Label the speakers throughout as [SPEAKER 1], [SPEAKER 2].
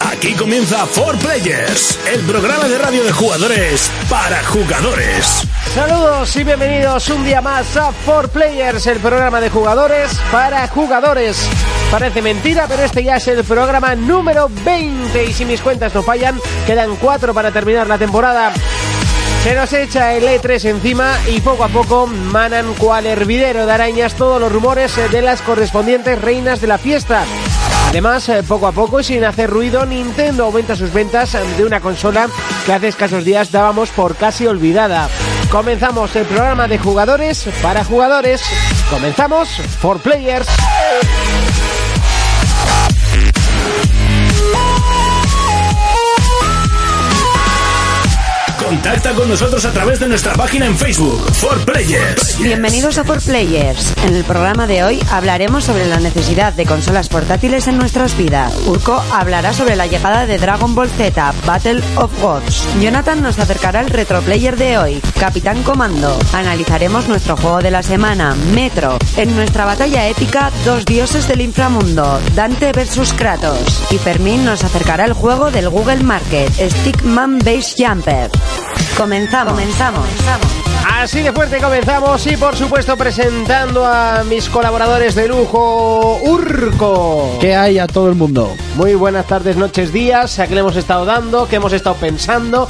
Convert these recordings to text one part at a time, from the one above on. [SPEAKER 1] Aquí comienza For Players, el programa de radio de jugadores para jugadores.
[SPEAKER 2] Saludos y bienvenidos un día más a 4 Players, el programa de jugadores para jugadores. Parece mentira, pero este ya es el programa número 20 y si mis cuentas no fallan, quedan 4 para terminar la temporada. Se nos echa el E3 encima y poco a poco manan cual hervidero de arañas todos los rumores eh, de las correspondientes reinas de la fiesta. Además, eh, poco a poco y sin hacer ruido, Nintendo aumenta sus ventas eh, de una consola que hace escasos días dábamos por casi olvidada. Comenzamos el programa de jugadores para jugadores. Comenzamos for players.
[SPEAKER 1] Contacta con nosotros a través de nuestra página en Facebook, For Players.
[SPEAKER 3] Bienvenidos a For Players. En el programa de hoy hablaremos sobre la necesidad de consolas portátiles en nuestras vidas. Urko hablará sobre la llegada de Dragon Ball Z Battle of Gods. Jonathan nos acercará el retroplayer de hoy, Capitán Comando. Analizaremos nuestro juego de la semana, Metro. En nuestra batalla épica, dos dioses del inframundo, Dante versus Kratos. Y Fermín nos acercará el juego del Google Market, Stickman Base Jumper. Comenzamos. Comenzamos.
[SPEAKER 2] Así de fuerte comenzamos y por supuesto presentando a mis colaboradores de lujo, Urco.
[SPEAKER 4] ¿Qué hay a todo el mundo?
[SPEAKER 2] Muy buenas tardes, noches, días. ¿A qué le hemos estado dando? ¿Qué hemos estado pensando?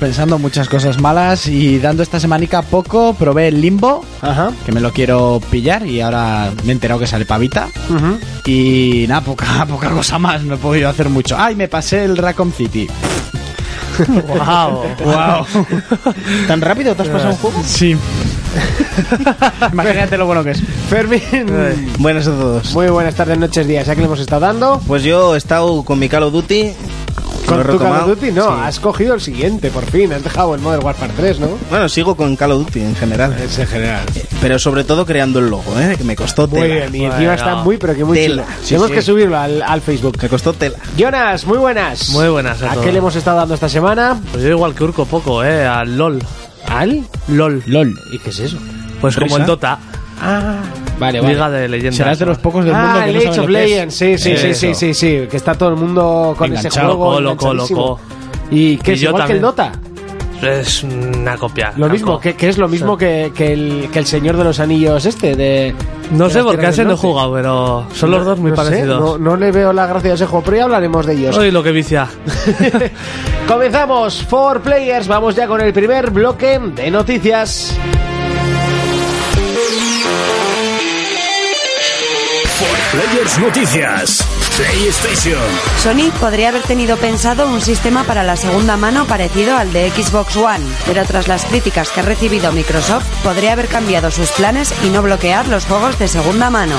[SPEAKER 4] Pensando muchas cosas malas y dando esta semanica poco, probé el limbo,
[SPEAKER 2] Ajá.
[SPEAKER 4] que me lo quiero pillar y ahora me he enterado que sale pavita. Y nada, poca, poca cosa más, no he podido hacer mucho. ¡Ay, me pasé el Raccoon City!
[SPEAKER 2] Wow.
[SPEAKER 4] ¡Wow!
[SPEAKER 5] ¿Tan rápido te has pasado un juego?
[SPEAKER 4] sí. Imagínate lo bueno que es.
[SPEAKER 2] Fermín.
[SPEAKER 5] Buenas a todos.
[SPEAKER 2] Muy buenas tardes, noches, días. ¿A qué le hemos estado dando?
[SPEAKER 5] Pues yo he estado con mi Call of Duty.
[SPEAKER 2] Con
[SPEAKER 5] lo
[SPEAKER 2] tu Call of
[SPEAKER 5] he retomado.
[SPEAKER 2] Duty, no,
[SPEAKER 5] Sí.
[SPEAKER 2] has cogido el siguiente, por fin. Has dejado el Modern Warfare 3, ¿no?
[SPEAKER 5] Bueno, sigo con Call of Duty en general.
[SPEAKER 2] Es en general.
[SPEAKER 5] Pero sobre todo creando el logo, ¿eh? que me costó
[SPEAKER 2] Muy
[SPEAKER 5] tela.
[SPEAKER 2] bien, y encima está muy, pero que muy
[SPEAKER 5] Tela.
[SPEAKER 2] chulo.
[SPEAKER 5] Sí,
[SPEAKER 2] Tenemos
[SPEAKER 5] sí.
[SPEAKER 2] que subirlo al, al Facebook.
[SPEAKER 5] Me costó tela.
[SPEAKER 2] Jonas, muy buenas.
[SPEAKER 6] Muy buenas a
[SPEAKER 2] ¿A,
[SPEAKER 6] todos.
[SPEAKER 2] qué le hemos estado dando esta semana?
[SPEAKER 6] Pues yo igual que Urco poco, eh, al LOL.
[SPEAKER 2] ¿Al?
[SPEAKER 6] LOL.
[SPEAKER 4] LOL.
[SPEAKER 6] ¿Y qué es eso? Pues
[SPEAKER 4] ¿Risa?
[SPEAKER 6] como el Dota,
[SPEAKER 4] Vale,
[SPEAKER 6] Liga de Leyendas.
[SPEAKER 4] Serás de los pocos del mundo
[SPEAKER 2] Ah,
[SPEAKER 4] que
[SPEAKER 2] el
[SPEAKER 4] no
[SPEAKER 2] Age
[SPEAKER 4] sabe
[SPEAKER 2] of
[SPEAKER 4] lo que es.
[SPEAKER 2] Legends, sí, sí, sí,
[SPEAKER 4] Eso.
[SPEAKER 2] sí, sí, sí, que está todo el mundo con ese
[SPEAKER 4] Enganchado.
[SPEAKER 2] juego.
[SPEAKER 6] Loco, loco,
[SPEAKER 2] enganchadísimo.
[SPEAKER 6] loco.
[SPEAKER 2] ¿Y qué
[SPEAKER 6] Y
[SPEAKER 2] es
[SPEAKER 6] yo
[SPEAKER 2] igual que el Dota?
[SPEAKER 6] también. Es una copia.
[SPEAKER 2] Lo
[SPEAKER 6] Caco.
[SPEAKER 2] mismo, que, que es lo mismo que, que el, que el Señor de los Anillos este, de...
[SPEAKER 6] No
[SPEAKER 2] de
[SPEAKER 6] sé
[SPEAKER 2] las
[SPEAKER 6] por qué a
[SPEAKER 2] Tierras
[SPEAKER 6] ese
[SPEAKER 2] del
[SPEAKER 6] no he
[SPEAKER 2] Norte.
[SPEAKER 6] jugado, pero son los dos muy
[SPEAKER 2] No sé, no,
[SPEAKER 6] parecidos.
[SPEAKER 2] no le veo la gracia a ese juego, pero ya hablaremos de ellos.
[SPEAKER 6] Oye, lo que vicia.
[SPEAKER 2] Comenzamos, Four Players, vamos ya con el primer bloque de noticias.
[SPEAKER 1] For Players Noticias, PlayStation,
[SPEAKER 3] Sony podría haber tenido pensado un sistema para la segunda mano parecido al de Xbox One, pero tras las críticas que ha recibido Microsoft, podría haber cambiado sus planes y no bloquear los juegos de segunda mano.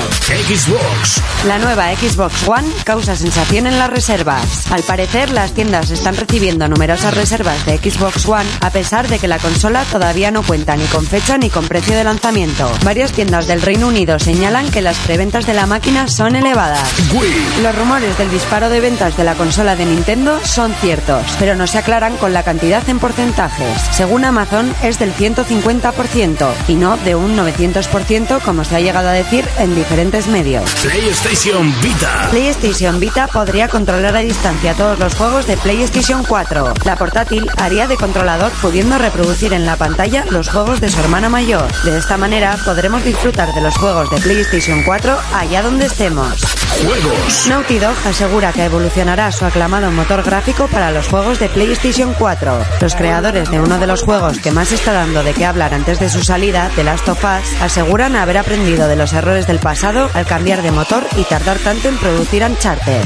[SPEAKER 1] Xbox,
[SPEAKER 3] La nueva Xbox One causa sensación en las reservas. Al parecer, las tiendas están recibiendo numerosas reservas de Xbox One a pesar de que la consola todavía no cuenta ni con fecha ni con precio de lanzamiento. Varias tiendas del Reino Unido señalan que las preventas de la máquina son elevadas.
[SPEAKER 1] Wii,
[SPEAKER 3] Los rumores del disparo de ventas de la consola de Nintendo son ciertos, pero no se aclaran con la cantidad en porcentajes. Según Amazon, es del 150% y no de un 900% como se ha llegado a decir en diferentes medios.
[SPEAKER 1] PlayStation Vita,
[SPEAKER 3] PlayStation Vita podría controlar a distancia todos los juegos de PlayStation 4. La portátil haría de controlador pudiendo reproducir en la pantalla los juegos de su hermana mayor. De esta manera podremos disfrutar de los juegos de PlayStation 4 allá donde estemos.
[SPEAKER 1] Juegos,
[SPEAKER 3] Naughty Dog asegura que evolucionará su aclamado motor gráfico para los juegos de PlayStation 4. Los creadores de uno de los juegos que más está dando de qué hablar antes de su salida, The Last of Us, aseguran haber aprendido de los errores del pasado al cambiar de motor y tardar tanto en producir Uncharted.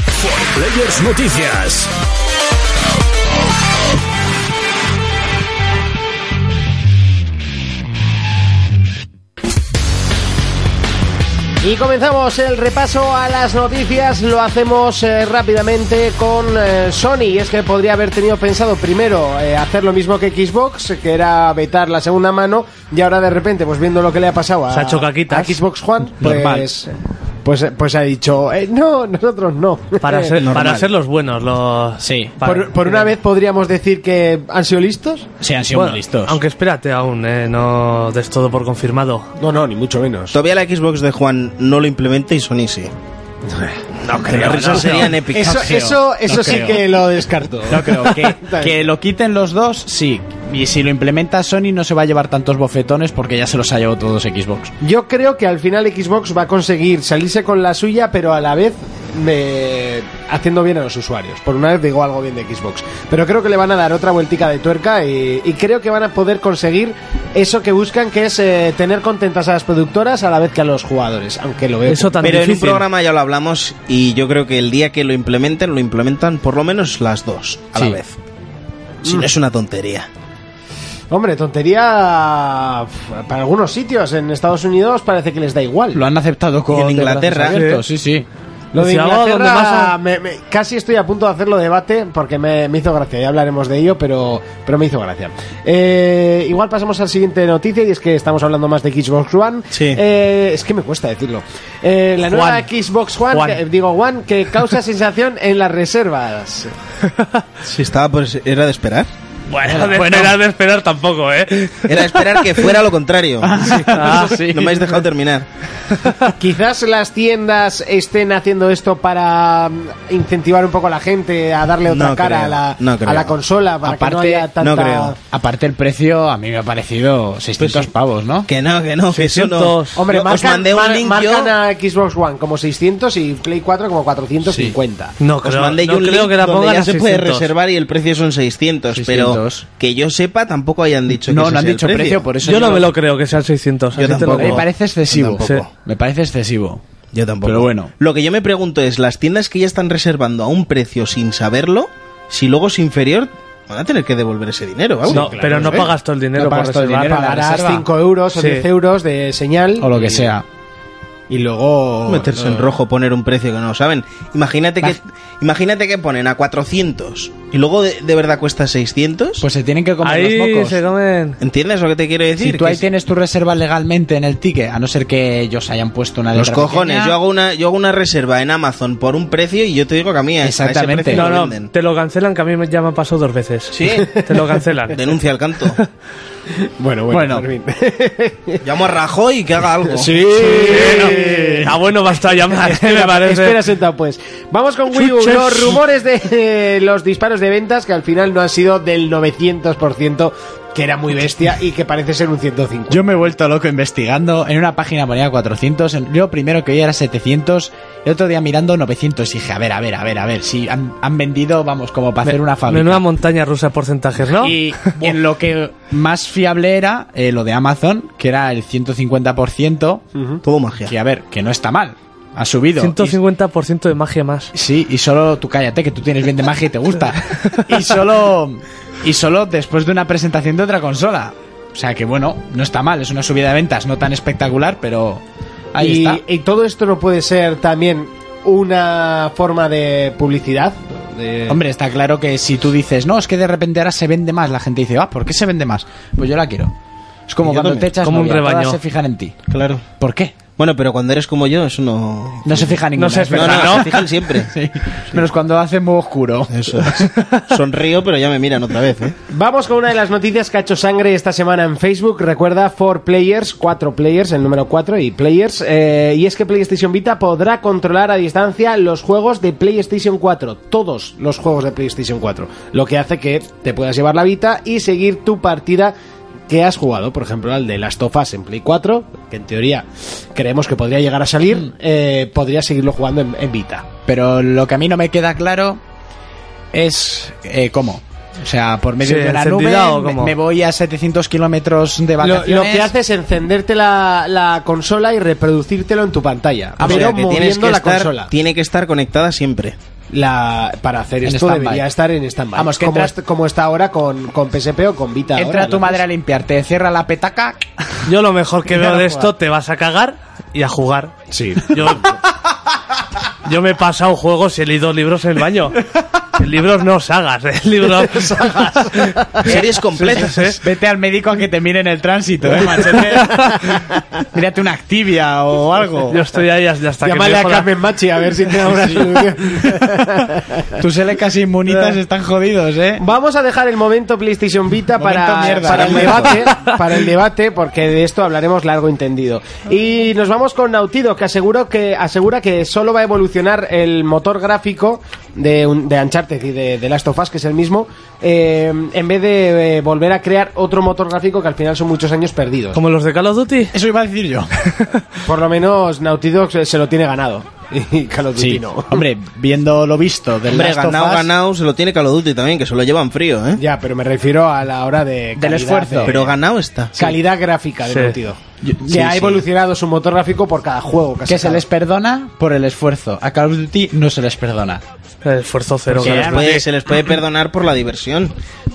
[SPEAKER 1] Players Noticias,
[SPEAKER 2] Y comenzamos el repaso a las noticias, lo hacemos eh, rápidamente con eh, Sony, y es que podría haber tenido pensado primero eh, hacer lo mismo que Xbox, que era vetar la segunda mano, y ahora de repente, pues viendo lo que le ha pasado a,
[SPEAKER 6] Se ha hecho caquitas.
[SPEAKER 2] a Xbox One,
[SPEAKER 4] Normal.
[SPEAKER 2] pues, pues, pues ha dicho, "Eh, no, nosotros no.
[SPEAKER 6] Para ser,
[SPEAKER 4] normal.
[SPEAKER 6] para ser los buenos, los.
[SPEAKER 4] Sí.
[SPEAKER 6] Para-
[SPEAKER 2] por, por una vez podríamos decir que han sido listos.
[SPEAKER 4] Sí, han sido
[SPEAKER 6] Bueno,
[SPEAKER 4] muy listos.
[SPEAKER 6] Aunque espérate aún, eh, no des todo por confirmado.
[SPEAKER 2] No, no, ni mucho menos.
[SPEAKER 5] Todavía la Xbox de Juan no lo implementa y Sony sí. No, que las risas serían épicas.
[SPEAKER 4] Eso,
[SPEAKER 5] Creo.
[SPEAKER 4] eso, eso No sí creo.
[SPEAKER 2] que lo descarto.
[SPEAKER 4] No creo. Que, que lo quiten los dos, sí. Y si lo implementa Sony, no se va a llevar tantos bofetones porque ya se los ha llevado todos Xbox.
[SPEAKER 2] Yo creo que al final Xbox va a conseguir salirse con la suya, pero a la vez eh, haciendo bien a los usuarios. Por una vez digo algo bien de Xbox. Pero creo que le van a dar otra vueltica de tuerca y, y creo que van a poder conseguir eso que buscan, que es eh, tener contentas a las productoras a la vez que a los jugadores. Aunque lo veo.
[SPEAKER 6] Eso tan
[SPEAKER 5] Pero en un
[SPEAKER 6] difícil.
[SPEAKER 5] programa ya lo hablamos y yo creo que el día que lo implementen, lo implementan por lo menos las dos a
[SPEAKER 4] Sí.
[SPEAKER 5] la vez. Si no es una tontería.
[SPEAKER 2] Hombre, tontería f- para algunos sitios. En Estados Unidos parece que les da igual.
[SPEAKER 4] Lo han aceptado con
[SPEAKER 5] Y en
[SPEAKER 4] de
[SPEAKER 5] Inglaterra.
[SPEAKER 4] brazos abiertos, Sí, sí.
[SPEAKER 2] Lo de
[SPEAKER 6] Si hago donde
[SPEAKER 5] "Oh,
[SPEAKER 2] Inglaterra,
[SPEAKER 6] más-
[SPEAKER 2] me- me- casi estoy a punto de hacerlo debate porque me, me hizo gracia. Ya hablaremos de ello, pero, pero me hizo gracia. Eh, igual pasamos a la siguiente noticia y es que estamos hablando más de Xbox One.
[SPEAKER 5] Sí.
[SPEAKER 2] Eh, es que me cuesta decirlo. Eh, la nueva
[SPEAKER 6] Juan.
[SPEAKER 2] Xbox One,
[SPEAKER 6] Juan.
[SPEAKER 2] que- digo One, que causa sensación en las reservas.
[SPEAKER 5] Si estaba, pues era de esperar.
[SPEAKER 6] Bueno, de esperar, de esperar tampoco, ¿eh?
[SPEAKER 5] Era de esperar que fuera lo contrario.
[SPEAKER 6] Ah, sí.
[SPEAKER 5] No me habéis dejado terminar.
[SPEAKER 2] Quizás las tiendas estén haciendo esto para mm, incentivar un poco a la gente a darle otra
[SPEAKER 5] No
[SPEAKER 2] cara
[SPEAKER 5] creo,
[SPEAKER 2] a, la,
[SPEAKER 5] no
[SPEAKER 2] a
[SPEAKER 5] creo.
[SPEAKER 2] la consola para que no
[SPEAKER 4] Aparte,
[SPEAKER 2] haya tanta...
[SPEAKER 5] no creo.
[SPEAKER 4] Aparte, el precio a mí me ha parecido 600 pavos, ¿no?
[SPEAKER 5] Pues Que no, que no, que eso no.
[SPEAKER 6] 600.
[SPEAKER 2] Hombre,
[SPEAKER 5] Yo os
[SPEAKER 2] marcan,
[SPEAKER 5] mandé
[SPEAKER 2] mar-
[SPEAKER 5] un link yo.
[SPEAKER 2] marcan a Xbox One como 600 y Play 4 como 450.
[SPEAKER 6] No,
[SPEAKER 5] Os
[SPEAKER 6] creo,
[SPEAKER 5] mandé yo
[SPEAKER 6] no
[SPEAKER 5] un
[SPEAKER 6] creo
[SPEAKER 5] link
[SPEAKER 6] que la
[SPEAKER 5] donde
[SPEAKER 6] pongan
[SPEAKER 5] ya
[SPEAKER 6] a
[SPEAKER 5] se puede
[SPEAKER 6] 600.
[SPEAKER 5] reservar y el precio son 600,
[SPEAKER 4] 600.
[SPEAKER 5] pero que yo sepa tampoco hayan dicho que
[SPEAKER 4] no,
[SPEAKER 5] ese
[SPEAKER 4] no han
[SPEAKER 5] sea el
[SPEAKER 4] dicho precio. por eso
[SPEAKER 6] Yo no me lo creo que sean 600.
[SPEAKER 5] Yo
[SPEAKER 6] así te lo
[SPEAKER 5] tampoco.
[SPEAKER 4] Me
[SPEAKER 6] digo.
[SPEAKER 4] parece excesivo.
[SPEAKER 5] Yo tampoco.
[SPEAKER 4] Sí. Me parece excesivo.
[SPEAKER 5] Yo tampoco.
[SPEAKER 4] Pero bueno.
[SPEAKER 5] Lo que yo me pregunto es, las tiendas que ya están reservando a un precio sin saberlo, si luego es inferior, van a tener que devolver ese dinero. vamos.
[SPEAKER 6] No, pero no pagas todo el dinero
[SPEAKER 4] ¿eh? No
[SPEAKER 6] por
[SPEAKER 4] pagas todo el
[SPEAKER 6] reservar.
[SPEAKER 4] dinero, la
[SPEAKER 2] Pagarás
[SPEAKER 4] reserva.
[SPEAKER 2] 5 euros o
[SPEAKER 6] Sí.
[SPEAKER 2] 10 euros de señal.
[SPEAKER 4] O lo que sea.
[SPEAKER 2] Y luego.
[SPEAKER 5] meterse en rojo, poner un precio que no lo saben. Imagínate que, imagínate que ponen a 400 y luego de, de verdad cuesta 600.
[SPEAKER 4] Pues se tienen que comer los
[SPEAKER 6] Ahí
[SPEAKER 4] mocos.
[SPEAKER 6] se comen.
[SPEAKER 5] ¿Entiendes lo que te quiero decir?
[SPEAKER 4] Si tú
[SPEAKER 5] Que
[SPEAKER 4] ahí
[SPEAKER 5] si-
[SPEAKER 4] tienes tu reserva legalmente en el ticket, a no ser que ellos hayan puesto una
[SPEAKER 5] los
[SPEAKER 4] letra
[SPEAKER 5] cojones,
[SPEAKER 4] pequeña,
[SPEAKER 5] yo hago una yo hago una reserva en Amazon por un precio y yo te digo que a mí a- a ese
[SPEAKER 4] Exactamente.
[SPEAKER 5] precio
[SPEAKER 6] No,
[SPEAKER 5] lo
[SPEAKER 6] no,
[SPEAKER 5] venden.
[SPEAKER 6] te lo cancelan, que a mí me- ya me ha pasado dos veces.
[SPEAKER 5] Sí.
[SPEAKER 6] Te lo cancelan.
[SPEAKER 5] Denuncia al canto.
[SPEAKER 2] Bueno, bueno.
[SPEAKER 4] Bueno.
[SPEAKER 2] Fermín.
[SPEAKER 5] Llamo a Rajoy y que haga algo.
[SPEAKER 6] Bueno, a Ah, bueno basta llamar, eh, me
[SPEAKER 2] espera,
[SPEAKER 6] parece.
[SPEAKER 2] espera sentado, pues. Vamos con Wii U.
[SPEAKER 6] Chuches.
[SPEAKER 2] Los rumores de eh, los disparos de ventas que al final no han sido del 900%, que era muy bestia y que parece ser un 150.
[SPEAKER 4] Yo me he vuelto loco investigando. En una página ponía 400. en- Yo primero que oí era 700. El otro día mirando 900. Dije, a ver, a ver, a ver, a ver. Si han, han vendido, vamos, como para hacer una fábrica.
[SPEAKER 6] Menuda montaña rusa de porcentajes,
[SPEAKER 5] Oh.
[SPEAKER 6] ¿no?
[SPEAKER 4] Y en lo que más fiable era eh, lo de Amazon, que era el 150%.
[SPEAKER 5] Todo magia.
[SPEAKER 4] Que a ver, que no está mal. Ha subido.
[SPEAKER 6] 150% de magia más.
[SPEAKER 4] Y- sí, y solo tú cállate, que tú tienes bien de magia y te gusta. Y solo. Y solo después de una presentación de otra consola. O sea que bueno, no está mal, es una subida de ventas no tan espectacular, pero ahí
[SPEAKER 2] y,
[SPEAKER 4] está.
[SPEAKER 5] eh,
[SPEAKER 2] y todo esto no puede ser también una forma de publicidad. De...
[SPEAKER 4] Hombre, está claro que si tú dices, no, es que de repente ahora se vende más, la gente dice, ah, ¿por qué se vende más? Pues yo la quiero. Es como
[SPEAKER 5] Yo
[SPEAKER 4] cuando
[SPEAKER 5] también.
[SPEAKER 4] te echas
[SPEAKER 6] Como un
[SPEAKER 4] novia, todas
[SPEAKER 6] rebaño.
[SPEAKER 4] se fijan en ti.
[SPEAKER 5] Claro.
[SPEAKER 4] ¿Por qué?
[SPEAKER 5] Bueno, pero cuando eres como yo, eso no.
[SPEAKER 4] No se fija ninguna.
[SPEAKER 6] No se
[SPEAKER 4] es verdad.
[SPEAKER 6] verdad, ¿no?
[SPEAKER 5] se fijan siempre.
[SPEAKER 4] Sí. Menos cuando hace muy oscuro.
[SPEAKER 5] Eso es. Sonrío, pero ya me miran otra vez, ¿eh?
[SPEAKER 2] Vamos con una de las noticias que ha hecho sangre esta semana en Facebook. Recuerda, 4 players, 4 players, el número 4 y players. eh, y es que PlayStation Vita podrá controlar a distancia los juegos de PlayStation 4. Todos los juegos de PlayStation 4. Lo que hace que te puedas llevar la Vita y seguir tu partida que has jugado. Por ejemplo, al de Last of Us en Play 4, que en teoría creemos que podría llegar a salir. eh, podría seguirlo jugando en, en Vita.
[SPEAKER 4] Pero lo que a mí no me queda claro es eh, cómo. O sea, por medio
[SPEAKER 6] Sí,
[SPEAKER 4] de la nube,
[SPEAKER 6] encendida o
[SPEAKER 4] me,
[SPEAKER 6] cómo.
[SPEAKER 4] me voy a 700 kilómetros de
[SPEAKER 2] Lo,
[SPEAKER 4] vacaciones.
[SPEAKER 2] lo que hace es encenderte la, la consola y reproducírtelo en tu pantalla.
[SPEAKER 5] Ah, O
[SPEAKER 2] Ah, pero
[SPEAKER 5] sea, que tienes
[SPEAKER 2] moviendo
[SPEAKER 5] que
[SPEAKER 2] la
[SPEAKER 5] estar-
[SPEAKER 2] consola.
[SPEAKER 5] Tiene que estar conectada siempre.
[SPEAKER 2] La, para hacer
[SPEAKER 4] En
[SPEAKER 2] esto
[SPEAKER 4] standby.
[SPEAKER 2] debería estar en stand-by.
[SPEAKER 4] Vamos, que
[SPEAKER 2] como,
[SPEAKER 4] entra-
[SPEAKER 2] est- como está ahora con, con PSP o con Vita.
[SPEAKER 4] Entra
[SPEAKER 2] ahora,
[SPEAKER 4] tu
[SPEAKER 2] ¿no?
[SPEAKER 4] madre a limpiarte, cierra la petaca.
[SPEAKER 6] Yo lo mejor que
[SPEAKER 4] Y
[SPEAKER 6] veo
[SPEAKER 4] a jugar.
[SPEAKER 6] de esto, te vas a cagar y a jugar.
[SPEAKER 2] Sí.
[SPEAKER 6] Yo, yo me he pasado juegos y he leído libros en el baño. Libros no, sagas. ¿eh? Libros sagas.
[SPEAKER 5] Series completas.
[SPEAKER 6] Sí, sí, sí.
[SPEAKER 4] Vete al médico a que te miren el tránsito, ¿eh, machete? Mírate una Activia o algo.
[SPEAKER 6] Yo estoy ahí hasta hasta que me
[SPEAKER 2] Llámale a
[SPEAKER 6] joda.
[SPEAKER 2] Carmen Machi a ver si te da una solución.
[SPEAKER 4] Tus elecas inmunitas están jodidos, ¿eh?
[SPEAKER 2] Vamos a dejar el momento PlayStation Vita
[SPEAKER 4] Momento
[SPEAKER 2] para,
[SPEAKER 4] mierda.
[SPEAKER 2] para el
[SPEAKER 4] Momento.
[SPEAKER 2] debate, para el debate, porque de esto hablaremos largo entendido. Y nos vamos con Nautido, que aseguro que asegura que solo va a evolucionar el motor gráfico de, un- de Uncharted y de, de Last of Us, que es el mismo, eh, en vez de eh, volver a crear otro motor gráfico que al final son muchos años perdidos.
[SPEAKER 6] Como los de Call of Duty.
[SPEAKER 4] Eso iba a decir yo.
[SPEAKER 2] Por lo menos Nautido se, se lo tiene ganado. Y Call of Duty
[SPEAKER 4] Sí,
[SPEAKER 2] no.
[SPEAKER 4] hombre, viendo lo visto del
[SPEAKER 5] Hombre,
[SPEAKER 4] Last of
[SPEAKER 5] ganado,
[SPEAKER 4] Us,
[SPEAKER 5] ganado, se lo tiene Call of Duty también, que se lo llevan frío, ¿eh?
[SPEAKER 2] Ya, pero me refiero a la hora de calidad
[SPEAKER 4] esfuerzo.
[SPEAKER 2] de-
[SPEAKER 5] Pero ganado está.
[SPEAKER 2] calidad gráfica de
[SPEAKER 6] Sí.
[SPEAKER 2] Nautido. Que
[SPEAKER 4] sí,
[SPEAKER 2] ha
[SPEAKER 4] sí.
[SPEAKER 2] evolucionado su motor gráfico por cada juego. Que
[SPEAKER 4] que se
[SPEAKER 2] sacado.
[SPEAKER 4] les perdona por el esfuerzo. A Call of Duty no se les perdona.
[SPEAKER 6] El Eh, esfuerzo cero.
[SPEAKER 5] Se les,
[SPEAKER 6] Call of
[SPEAKER 5] puede,
[SPEAKER 6] Duty.
[SPEAKER 5] se les puede perdonar por la diversión.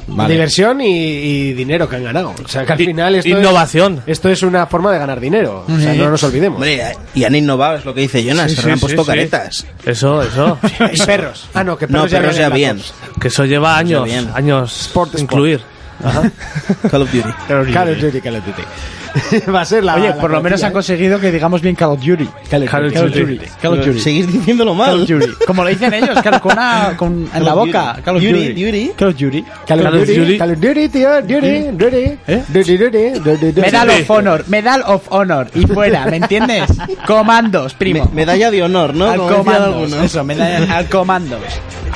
[SPEAKER 4] Vale.
[SPEAKER 2] Diversión y, y dinero que han ganado. O sea, que al
[SPEAKER 6] I-
[SPEAKER 2] final esto
[SPEAKER 6] innovación.
[SPEAKER 2] Es, esto es una forma de ganar dinero. O sea, no nos olvidemos.
[SPEAKER 5] Hombre, y han innovado, es lo que dice Jonas.
[SPEAKER 6] Sí,
[SPEAKER 5] se
[SPEAKER 6] sí,
[SPEAKER 5] le han
[SPEAKER 6] sí,
[SPEAKER 5] puesto
[SPEAKER 6] sí.
[SPEAKER 5] caretas.
[SPEAKER 6] Eso, eso.
[SPEAKER 2] Y perros. Ah, no, que perros
[SPEAKER 5] No,
[SPEAKER 2] ya
[SPEAKER 5] pero
[SPEAKER 2] vienen
[SPEAKER 5] sea
[SPEAKER 2] en la
[SPEAKER 5] bien.
[SPEAKER 2] cosa.
[SPEAKER 6] Que eso lleva años.
[SPEAKER 5] bien.
[SPEAKER 6] Años.
[SPEAKER 2] Sport, sport.
[SPEAKER 6] incluir.
[SPEAKER 5] Call of Duty.
[SPEAKER 2] Call of Duty, Call of Duty. Va a ser la.
[SPEAKER 4] Oye,
[SPEAKER 2] la
[SPEAKER 4] por lo menos
[SPEAKER 2] plantilla,
[SPEAKER 4] han conseguido que digamos bien Call of Duty. ¿eh? Call
[SPEAKER 6] Call of Duty.
[SPEAKER 4] Call of Duty.
[SPEAKER 5] Seguís diciéndolo mal.
[SPEAKER 4] Call of Duty. Como lo dicen ellos, claro, con una, con, en la
[SPEAKER 5] Duty.
[SPEAKER 4] boca. Call of
[SPEAKER 5] Duty,
[SPEAKER 4] Duty.
[SPEAKER 5] Duty.
[SPEAKER 4] Call of Duty.
[SPEAKER 2] ¿eh? Call of
[SPEAKER 6] Call of
[SPEAKER 2] Duty.
[SPEAKER 6] Duty.
[SPEAKER 2] Call of Duty, tío. Duty, Duty.
[SPEAKER 4] ¿Eh?
[SPEAKER 2] Duty, Duty, Duty, Duty.
[SPEAKER 4] Medal of Honor, Medal of Honor. Y fuera, ¿me entiendes? Comandos,
[SPEAKER 5] Me-
[SPEAKER 4] primo.
[SPEAKER 5] medalla de honor, ¿no?
[SPEAKER 4] al
[SPEAKER 5] Como decían
[SPEAKER 4] comandos.
[SPEAKER 5] algunos.
[SPEAKER 4] Eso, medalla al comandos.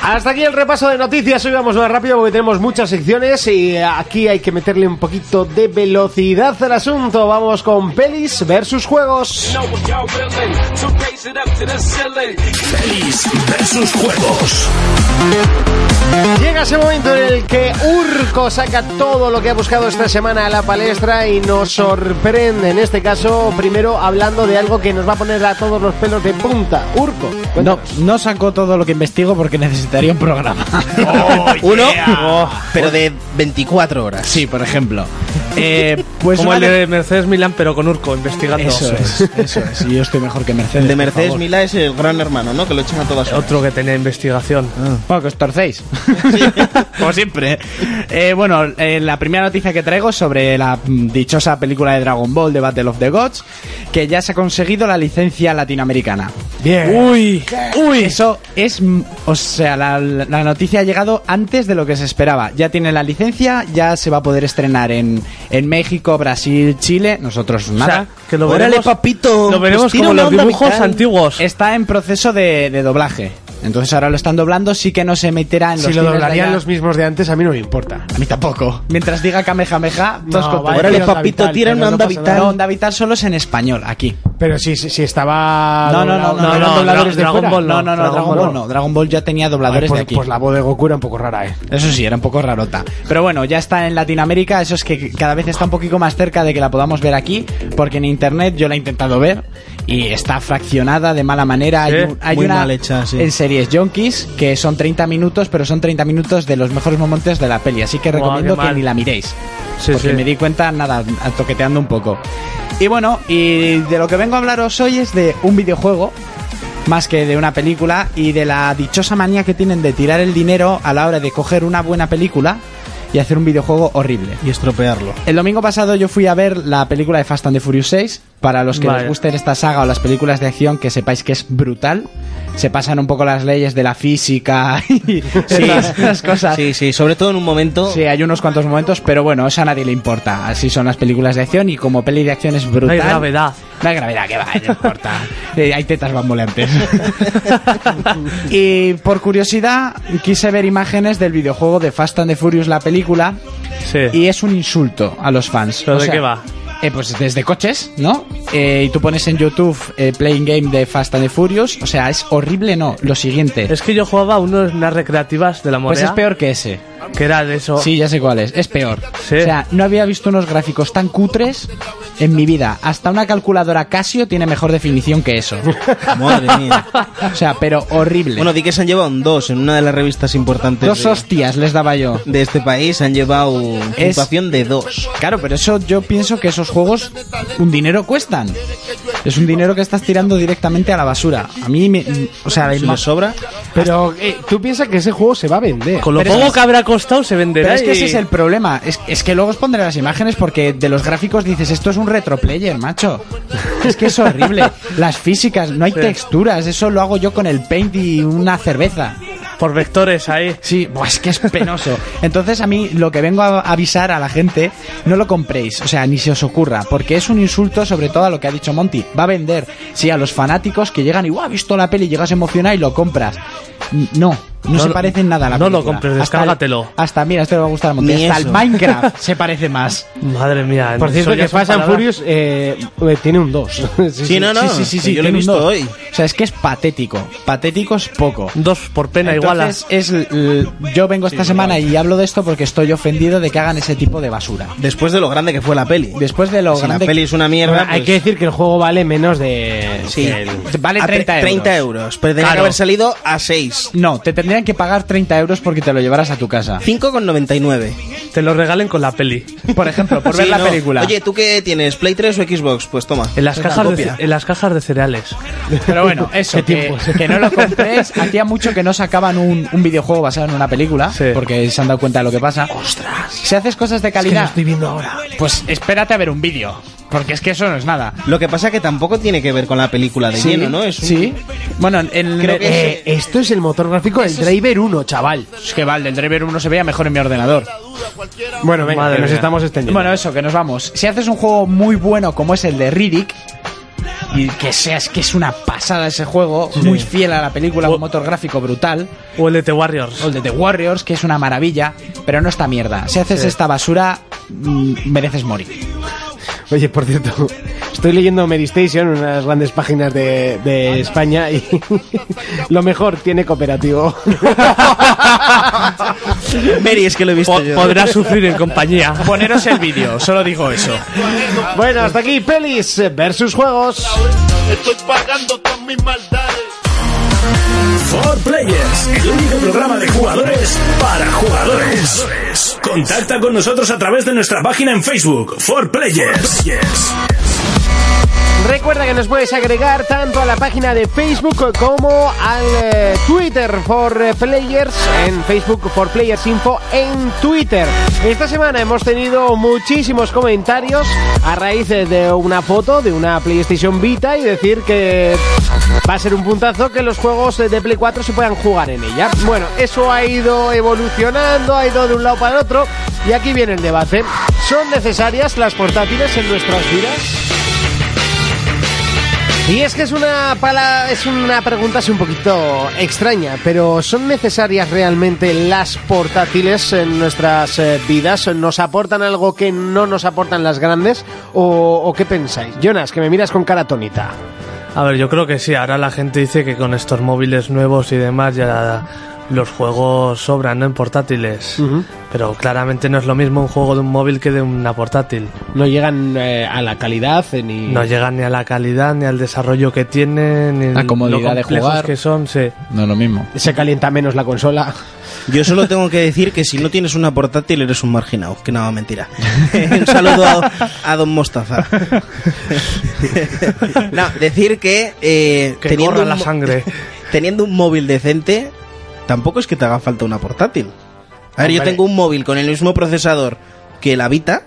[SPEAKER 2] Hasta aquí el repaso de noticias. Hoy vamos más rápido porque tenemos muchas secciones y aquí hay que meterle un poquito de velocidad al asunto. Vamos con pelis versus juegos.
[SPEAKER 1] Pelis versus juegos.
[SPEAKER 2] Llega ese momento en el que Urco saca todo lo que ha buscado esta semana a la palestra y nos sorprende. En este caso, primero hablando de algo que nos va a poner a todos los pelos de punta. Urco.
[SPEAKER 4] No, no saco todo lo que investigo porque necesitaría un programa.
[SPEAKER 5] Uno, pero de 24 horas.
[SPEAKER 4] Sí, por ejemplo. Eh, pues
[SPEAKER 6] Como
[SPEAKER 4] una
[SPEAKER 6] el de Mercedes Milán, pero con Urco, investigando.
[SPEAKER 4] Eso es, eso es. Y yo estoy mejor que Mercedes.
[SPEAKER 5] De
[SPEAKER 4] por
[SPEAKER 5] Mercedes
[SPEAKER 4] favor.
[SPEAKER 5] Milá es el gran hermano, ¿no? Que lo echan a todas horas.
[SPEAKER 6] Otro que tenía investigación.
[SPEAKER 4] Bueno, que os torcéis. Como siempre. Eh, bueno, eh, la primera noticia que traigo es sobre la mm, dichosa película de Dragon Ball, de Battle of the Gods, que ya se ha conseguido la licencia latinoamericana.
[SPEAKER 6] Uy.
[SPEAKER 4] Uy, eso es, mm, o sea, la, la noticia ha llegado antes de lo que se esperaba. Ya tiene la licencia, ya se va a poder estrenar en, en México, Brasil, Chile, nosotros
[SPEAKER 6] O
[SPEAKER 4] nada.
[SPEAKER 6] sea, que lo
[SPEAKER 5] Órale,
[SPEAKER 6] veremos,
[SPEAKER 5] papito.
[SPEAKER 6] lo veremos
[SPEAKER 5] Pues tira
[SPEAKER 6] como
[SPEAKER 5] una
[SPEAKER 6] los
[SPEAKER 5] onda
[SPEAKER 6] dibujos
[SPEAKER 5] vital.
[SPEAKER 6] antiguos.
[SPEAKER 4] Está en proceso de, de doblaje. Entonces ahora lo están doblando, sí que no se emitirá en los
[SPEAKER 2] Si lo
[SPEAKER 4] cines de
[SPEAKER 2] doblarían
[SPEAKER 4] allá.
[SPEAKER 2] los mismos de antes, a mí no me importa.
[SPEAKER 4] A mí tampoco. Mientras diga Kamehameha, todos
[SPEAKER 2] No,
[SPEAKER 4] contentos.
[SPEAKER 2] vale,
[SPEAKER 5] Órale,
[SPEAKER 2] Onda
[SPEAKER 5] papito,
[SPEAKER 2] vital,
[SPEAKER 5] tira
[SPEAKER 2] pero
[SPEAKER 5] una
[SPEAKER 2] no
[SPEAKER 5] onda
[SPEAKER 2] pasa
[SPEAKER 5] vital.
[SPEAKER 4] No, Onda Vital solo es en español, aquí.
[SPEAKER 2] Pero si, si, si estaba.
[SPEAKER 4] No, no, no,
[SPEAKER 2] doblado-
[SPEAKER 4] no, no,
[SPEAKER 2] eran
[SPEAKER 6] no,
[SPEAKER 2] dobladores de
[SPEAKER 6] Dragon
[SPEAKER 2] fuera.
[SPEAKER 6] Ball
[SPEAKER 4] No, no, no, Dragon, Ball no. Dragon Ball ya tenía dobladores
[SPEAKER 2] Ay, pues,
[SPEAKER 4] de aquí.
[SPEAKER 2] pues la voz de Goku era un poco rara, eh.
[SPEAKER 4] Eso sí, era un poco rarota. Pero bueno, ya está en Latinoamérica, eso es que cada vez está un poquito más cerca de que la podamos ver aquí, porque en internet yo la he intentado ver y está fraccionada de mala manera.
[SPEAKER 6] Sí,
[SPEAKER 4] hay un- hay
[SPEAKER 5] muy
[SPEAKER 4] una
[SPEAKER 5] mal hecha, sí.
[SPEAKER 4] en series Junkies que son 30 minutos, pero son 30 minutos de los mejores momentos de la peli, así que
[SPEAKER 6] Buah,
[SPEAKER 4] recomiendo
[SPEAKER 6] qué
[SPEAKER 4] que
[SPEAKER 6] mal.
[SPEAKER 4] ni la miréis.
[SPEAKER 6] Sí,
[SPEAKER 4] porque
[SPEAKER 6] sí.
[SPEAKER 4] me di cuenta, nada, a- toqueteando un poco. Y bueno, y de lo que vengo a hablaros hoy es de un videojuego más que de una película y de la dichosa manía que tienen de tirar el dinero a la hora de coger una buena película y hacer un videojuego horrible.
[SPEAKER 5] Y estropearlo.
[SPEAKER 4] El domingo pasado yo fui a ver la película de Fast and the Furious 6. Para los que
[SPEAKER 6] Vale.
[SPEAKER 4] les gusten esta saga o las películas de acción, que sepáis que es brutal. Se pasan un poco las leyes de la física y todas esas cosas.
[SPEAKER 5] Sí, sí, sobre todo en un momento.
[SPEAKER 4] Sí, hay unos cuantos momentos, pero bueno, eso a nadie le importa. Así son las películas de acción y como peli de acción es
[SPEAKER 6] No
[SPEAKER 4] brutal.
[SPEAKER 6] hay gravedad.
[SPEAKER 4] No hay gravedad, que va, no importa. Eh, hay tetas bamboleantes. y por curiosidad, quise ver imágenes del videojuego de Fast and the Furious, la película,
[SPEAKER 6] Sí.
[SPEAKER 4] y es un insulto a los fans.
[SPEAKER 6] ¿Pero de qué va?
[SPEAKER 4] eh, pues desde coches, ¿no? Eh, y tú pones en YouTube eh, Playing Game de Fast and the Furious. O sea, es horrible, no. Lo siguiente.
[SPEAKER 6] Es que yo jugaba a unas recreativas de la
[SPEAKER 4] pues
[SPEAKER 6] moneda.
[SPEAKER 4] es peor que ese.
[SPEAKER 6] Que era de eso.
[SPEAKER 4] Sí, ya sé cuál es. Es peor.
[SPEAKER 6] Sí.
[SPEAKER 4] O sea, no había visto unos gráficos tan cutres en mi vida. Hasta una calculadora Casio tiene mejor definición que eso.
[SPEAKER 5] Madre mía.
[SPEAKER 4] O sea, pero horrible.
[SPEAKER 5] Bueno, di que se han llevado un dos en una de las revistas importantes
[SPEAKER 4] Dos
[SPEAKER 5] de,
[SPEAKER 4] hostias les daba yo.
[SPEAKER 5] de este país. Han llevado
[SPEAKER 4] Es-
[SPEAKER 5] puntuación de dos.
[SPEAKER 4] Claro, pero eso yo pienso que esos juegos un dinero cuestan. Es un dinero que estás tirando directamente a la basura. A mí me... O sea, la
[SPEAKER 5] Si
[SPEAKER 4] ima-
[SPEAKER 5] les sobra,
[SPEAKER 2] Pero eh, tú piensas que ese juego se va a vender.
[SPEAKER 6] Con lo
[SPEAKER 4] Pero es
[SPEAKER 6] poco
[SPEAKER 4] que-
[SPEAKER 6] que habrá costado se venderá.
[SPEAKER 4] Pero es que
[SPEAKER 6] y-
[SPEAKER 4] ese es el problema. Es, es que luego os pondré las imágenes porque de los gráficos dices, esto es un retroplayer, macho. Es que es horrible. Las físicas, no hay texturas. Eso lo hago yo con el paint y una cerveza.
[SPEAKER 6] Por vectores ahí.
[SPEAKER 4] Sí, buah, es que es penoso. Entonces a mí lo que vengo a avisar a la gente, no lo compréis, o sea, ni se os ocurra, porque es un insulto sobre todo a lo que ha dicho Monty. Va a vender, sí, a los fanáticos que llegan y, "Buah, ha visto la peli, llegas emocionada y lo compras. N- No, no,
[SPEAKER 6] No
[SPEAKER 4] se
[SPEAKER 6] lo-
[SPEAKER 4] parece en nada a la
[SPEAKER 6] no lo
[SPEAKER 4] película.
[SPEAKER 6] compres,
[SPEAKER 4] Hasta el-
[SPEAKER 6] descárgatelo.
[SPEAKER 4] Hasta, mira, esto le va a gustar a Monty.
[SPEAKER 5] Ni
[SPEAKER 4] Hasta el
[SPEAKER 5] eso.
[SPEAKER 4] Minecraft se parece más.
[SPEAKER 6] Madre mía.
[SPEAKER 2] Por cierto,
[SPEAKER 6] eso ya
[SPEAKER 2] que
[SPEAKER 6] son
[SPEAKER 2] Fast and
[SPEAKER 6] palabras-
[SPEAKER 2] Furious eh, eh, tiene un 2.
[SPEAKER 5] Sí, no, no.
[SPEAKER 4] sí, sí, sí,
[SPEAKER 5] que
[SPEAKER 4] sí,
[SPEAKER 5] yo lo
[SPEAKER 4] tiene
[SPEAKER 5] he
[SPEAKER 4] un
[SPEAKER 5] visto
[SPEAKER 4] dos.
[SPEAKER 5] hoy.
[SPEAKER 4] O sea, es que es patético. Patético es poco.
[SPEAKER 6] Dos por pena igual.
[SPEAKER 4] Entonces, es l- l- yo vengo esta semana y hablo de esto porque estoy ofendido de que hagan ese tipo de basura.
[SPEAKER 5] Después de lo grande que fue la peli.
[SPEAKER 4] Después de lo
[SPEAKER 5] si
[SPEAKER 4] grande
[SPEAKER 5] la peli
[SPEAKER 4] que-
[SPEAKER 5] es una mierda.
[SPEAKER 2] Hay
[SPEAKER 5] pues-
[SPEAKER 2] que decir que el juego vale menos de.
[SPEAKER 5] Sí.
[SPEAKER 2] que el-
[SPEAKER 4] vale
[SPEAKER 5] a tre-
[SPEAKER 4] 30 euros.
[SPEAKER 5] 30 euros. Pero tenía
[SPEAKER 6] Claro.
[SPEAKER 5] que haber salido a 6.
[SPEAKER 4] No, te tendrían que pagar 30 euros porque te lo llevaras a tu casa.
[SPEAKER 5] 5,99.
[SPEAKER 6] Te lo regalen con la peli.
[SPEAKER 4] Por ejemplo, por ver
[SPEAKER 5] Sí,
[SPEAKER 4] la
[SPEAKER 5] no.
[SPEAKER 4] película.
[SPEAKER 5] Oye, ¿tú qué tienes? ¿Play 3 o Xbox? Pues toma.
[SPEAKER 6] En las,
[SPEAKER 5] Esta
[SPEAKER 6] cajas de,
[SPEAKER 5] copia.
[SPEAKER 6] en las cajas de cereales.
[SPEAKER 4] Pero bueno, eso, que, que no lo compréis. Hacía mucho que no sacaban un, un videojuego basado en una película
[SPEAKER 6] Sí.
[SPEAKER 4] porque se han dado cuenta de lo que pasa. ¡Ostras! Si haces cosas de calidad,
[SPEAKER 6] viendo ahora.
[SPEAKER 4] pues espérate a ver un vídeo. Porque es que eso no es nada.
[SPEAKER 5] Lo que pasa que tampoco tiene que ver con la película de lleno, ¿no? Es un-
[SPEAKER 4] Sí. Bueno, en,
[SPEAKER 5] Creo que
[SPEAKER 2] Eh, esto es el motor gráfico del Driver 1, chaval.
[SPEAKER 4] Es que vale, el driver 1 se veía mejor en mi ordenador.
[SPEAKER 2] Bueno, venga,
[SPEAKER 6] Madre
[SPEAKER 2] que nos
[SPEAKER 6] mía.
[SPEAKER 2] estamos extendiendo.
[SPEAKER 4] Bueno, eso, que nos vamos. Si haces un juego muy bueno como es el de Riddick, y que seas que es una pasada ese juego, muy fiel a la película, un motor gráfico brutal,
[SPEAKER 6] O el de The Warriors.
[SPEAKER 4] o el de The Warriors, que es una maravilla, pero no esta mierda. Si haces esta basura, mm, mereces morir.
[SPEAKER 2] Oye, por cierto, estoy leyendo Mary Station, una de las grandes páginas de, de España, y lo mejor tiene cooperativo.
[SPEAKER 5] Mary, es que lo he visto
[SPEAKER 6] Po-
[SPEAKER 5] yo.
[SPEAKER 6] podrás sufrir en compañía.
[SPEAKER 4] Poneros el vídeo, solo digo eso.
[SPEAKER 2] bueno, hasta aquí, pelis versus juegos.
[SPEAKER 7] Estoy pagando todas mis maldades.
[SPEAKER 1] For Players, el único programa de jugadores para jugadores. Contacta con nosotros a través de nuestra página en Facebook, For Players.
[SPEAKER 2] Recuerda que nos puedes agregar tanto a la página de Facebook como al eh, Twitter for eh, Players, en Facebook for Players Info, en Twitter. Esta semana hemos tenido muchísimos comentarios a raíz eh, de una foto de una PlayStation Vita y decir que va a ser un puntazo que los juegos eh, de Play 4 se puedan jugar en ella. Bueno, eso ha ido evolucionando, ha ido de un lado para el otro y aquí viene el debate. ¿Son necesarias las portátiles en nuestras vidas? Y es que es una pala, es una pregunta así un poquito extraña, pero ¿son necesarias realmente las portátiles en nuestras eh, vidas? ¿Nos aportan algo que no nos aportan las grandes? ¿O, o qué pensáis? Jonas, que me miras con cara tonita.
[SPEAKER 6] A ver, yo creo que sí. Ahora la gente dice que con estos móviles nuevos y demás ya los juegos sobran, ¿no? En portátiles.
[SPEAKER 4] Mm.
[SPEAKER 6] Pero claramente no es lo mismo un juego de un móvil que de una portátil.
[SPEAKER 2] No llegan eh, a la calidad eh, ni
[SPEAKER 4] Mm.
[SPEAKER 6] No llegan ni a la calidad, ni al desarrollo que tienen, ni
[SPEAKER 4] La
[SPEAKER 6] lo
[SPEAKER 4] comodidad de
[SPEAKER 6] complejos
[SPEAKER 4] jugar.
[SPEAKER 6] que son. Sí.
[SPEAKER 4] No es lo mismo.
[SPEAKER 2] se calienta menos la consola.
[SPEAKER 5] Yo solo tengo que decir que si no tienes una portátil eres un marginado, que nada, mentira. un saludo a, a Don Mostaza. no, decir que, eh,
[SPEAKER 6] Que corra
[SPEAKER 5] un
[SPEAKER 6] la
[SPEAKER 5] mo-
[SPEAKER 6] sangre.
[SPEAKER 5] teniendo un móvil decente, tampoco es que te haga falta una portátil. A ver, yo
[SPEAKER 2] Hombre.
[SPEAKER 5] tengo un móvil con el mismo procesador que la Vita,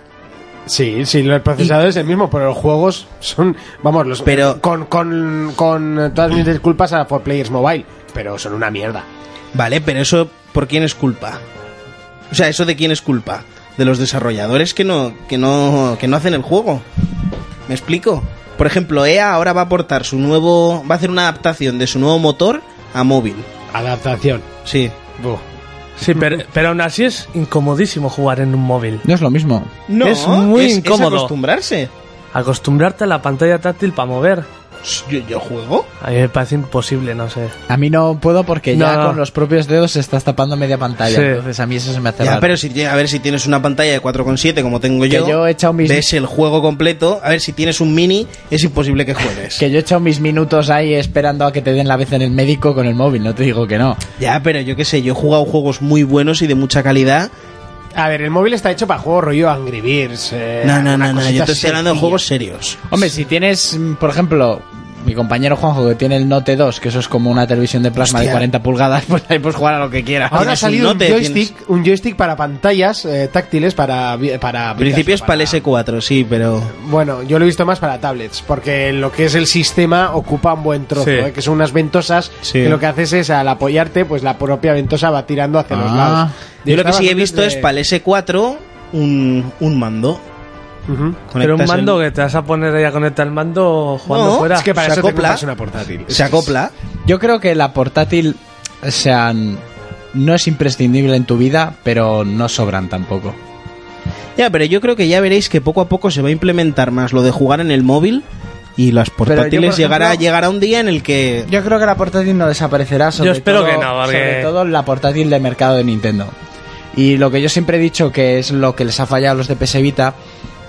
[SPEAKER 2] Sí, sí, el procesador es el mismo, pero los juegos son, vamos, los
[SPEAKER 5] Pero-
[SPEAKER 2] con, con, con eh, todas mis disculpas a For Players Mobile, pero son una mierda.
[SPEAKER 5] Vale, pero eso ¿por quién es culpa? O sea, ¿eso de quién es culpa? De los desarrolladores que no, que no, que no hacen el juego. ¿Me explico? Por ejemplo, EA ahora va a aportar su nuevo. va a hacer una adaptación de su nuevo motor a móvil.
[SPEAKER 2] Adaptación.
[SPEAKER 5] Sí.
[SPEAKER 2] Buh.
[SPEAKER 6] Sí, pero, pero aún así es incomodísimo jugar en un móvil.
[SPEAKER 4] No es lo mismo.
[SPEAKER 5] No,
[SPEAKER 6] Es muy incómodo.
[SPEAKER 5] acostumbrarse.
[SPEAKER 6] Acostumbrarte a la pantalla táctil para mover.
[SPEAKER 5] Yo, yo juego.
[SPEAKER 6] A mí me parece imposible, no sé.
[SPEAKER 4] A mí no puedo porque ya
[SPEAKER 6] No.
[SPEAKER 4] con los propios dedos estás tapando media pantalla.
[SPEAKER 6] Sí.
[SPEAKER 4] Entonces a mí eso se me hace
[SPEAKER 5] Ya,
[SPEAKER 4] raro.
[SPEAKER 5] pero si, ti- a ver si tienes una pantalla de 4,7 como tengo
[SPEAKER 4] Que
[SPEAKER 5] yo.
[SPEAKER 4] yo he echado mis-
[SPEAKER 5] Ves el juego completo. A ver si tienes un mini, es imposible que juegues.
[SPEAKER 4] Que yo he echado mis minutos ahí esperando a que te den la vez en el médico con el móvil, no te digo que no.
[SPEAKER 5] Ya, pero yo qué sé, yo he jugado juegos muy buenos y de mucha calidad.
[SPEAKER 2] A ver, el móvil está hecho para juegos rollo Angry Birds. eh,
[SPEAKER 5] No, no,
[SPEAKER 2] una
[SPEAKER 5] no, no,
[SPEAKER 2] cosita
[SPEAKER 5] yo te estoy hablando de
[SPEAKER 2] sencilla.
[SPEAKER 5] juegos serios.
[SPEAKER 4] Hombre, si tienes, mm, por ejemplo, mi compañero Juanjo, que tiene el Note 2, que eso es como una televisión de plasma de
[SPEAKER 5] Hostia.
[SPEAKER 4] 40 pulgadas, pues ahí puedes jugar a lo que quieras.
[SPEAKER 2] Ahora ha
[SPEAKER 5] Tienes un
[SPEAKER 2] salido un
[SPEAKER 5] note,
[SPEAKER 2] joystick, un joystick para pantallas eh, táctiles para vi- para
[SPEAKER 5] En principio es
[SPEAKER 2] aplicación,
[SPEAKER 5] para el S4, sí, pero.
[SPEAKER 2] Bueno, yo lo he visto más para tablets, porque lo que es el sistema ocupa un buen trozo,
[SPEAKER 6] Sí.
[SPEAKER 2] ¿eh? que son unas ventosas
[SPEAKER 5] Sí.
[SPEAKER 2] que lo que haces es al apoyarte, pues la propia ventosa va tirando hacia los
[SPEAKER 4] Ah.
[SPEAKER 2] lados.
[SPEAKER 5] Yo lo que sí he
[SPEAKER 2] Está
[SPEAKER 5] visto es
[SPEAKER 2] bastante-
[SPEAKER 5] para el S4 un, un mando.
[SPEAKER 2] Ujú.
[SPEAKER 6] Pero un
[SPEAKER 5] Conectas el-
[SPEAKER 6] mando que te vas a poner ahí a conectar el mando jugando
[SPEAKER 5] No,
[SPEAKER 6] fuera.
[SPEAKER 2] Es que para
[SPEAKER 5] Se
[SPEAKER 2] eso te
[SPEAKER 5] acopla.
[SPEAKER 2] compras una portátil.
[SPEAKER 5] se acopla.
[SPEAKER 4] Yo creo que la portátil, o sea, n- no es imprescindible en tu vida, pero no sobran tampoco.
[SPEAKER 5] Ya, pero yo creo que ya veréis que poco a poco se va a implementar más lo de jugar en el móvil y las portátiles
[SPEAKER 4] por
[SPEAKER 5] llegará,
[SPEAKER 4] ejemplo-
[SPEAKER 5] llegará un día en el que.
[SPEAKER 4] Yo creo que la portátil no desaparecerá. Sobre
[SPEAKER 6] Yo espero
[SPEAKER 4] todo-
[SPEAKER 6] que no, porque-
[SPEAKER 4] Sobre todo la portátil de mercado de Nintendo. Y lo que yo siempre he dicho que es lo que les ha fallado a los de PS Vita,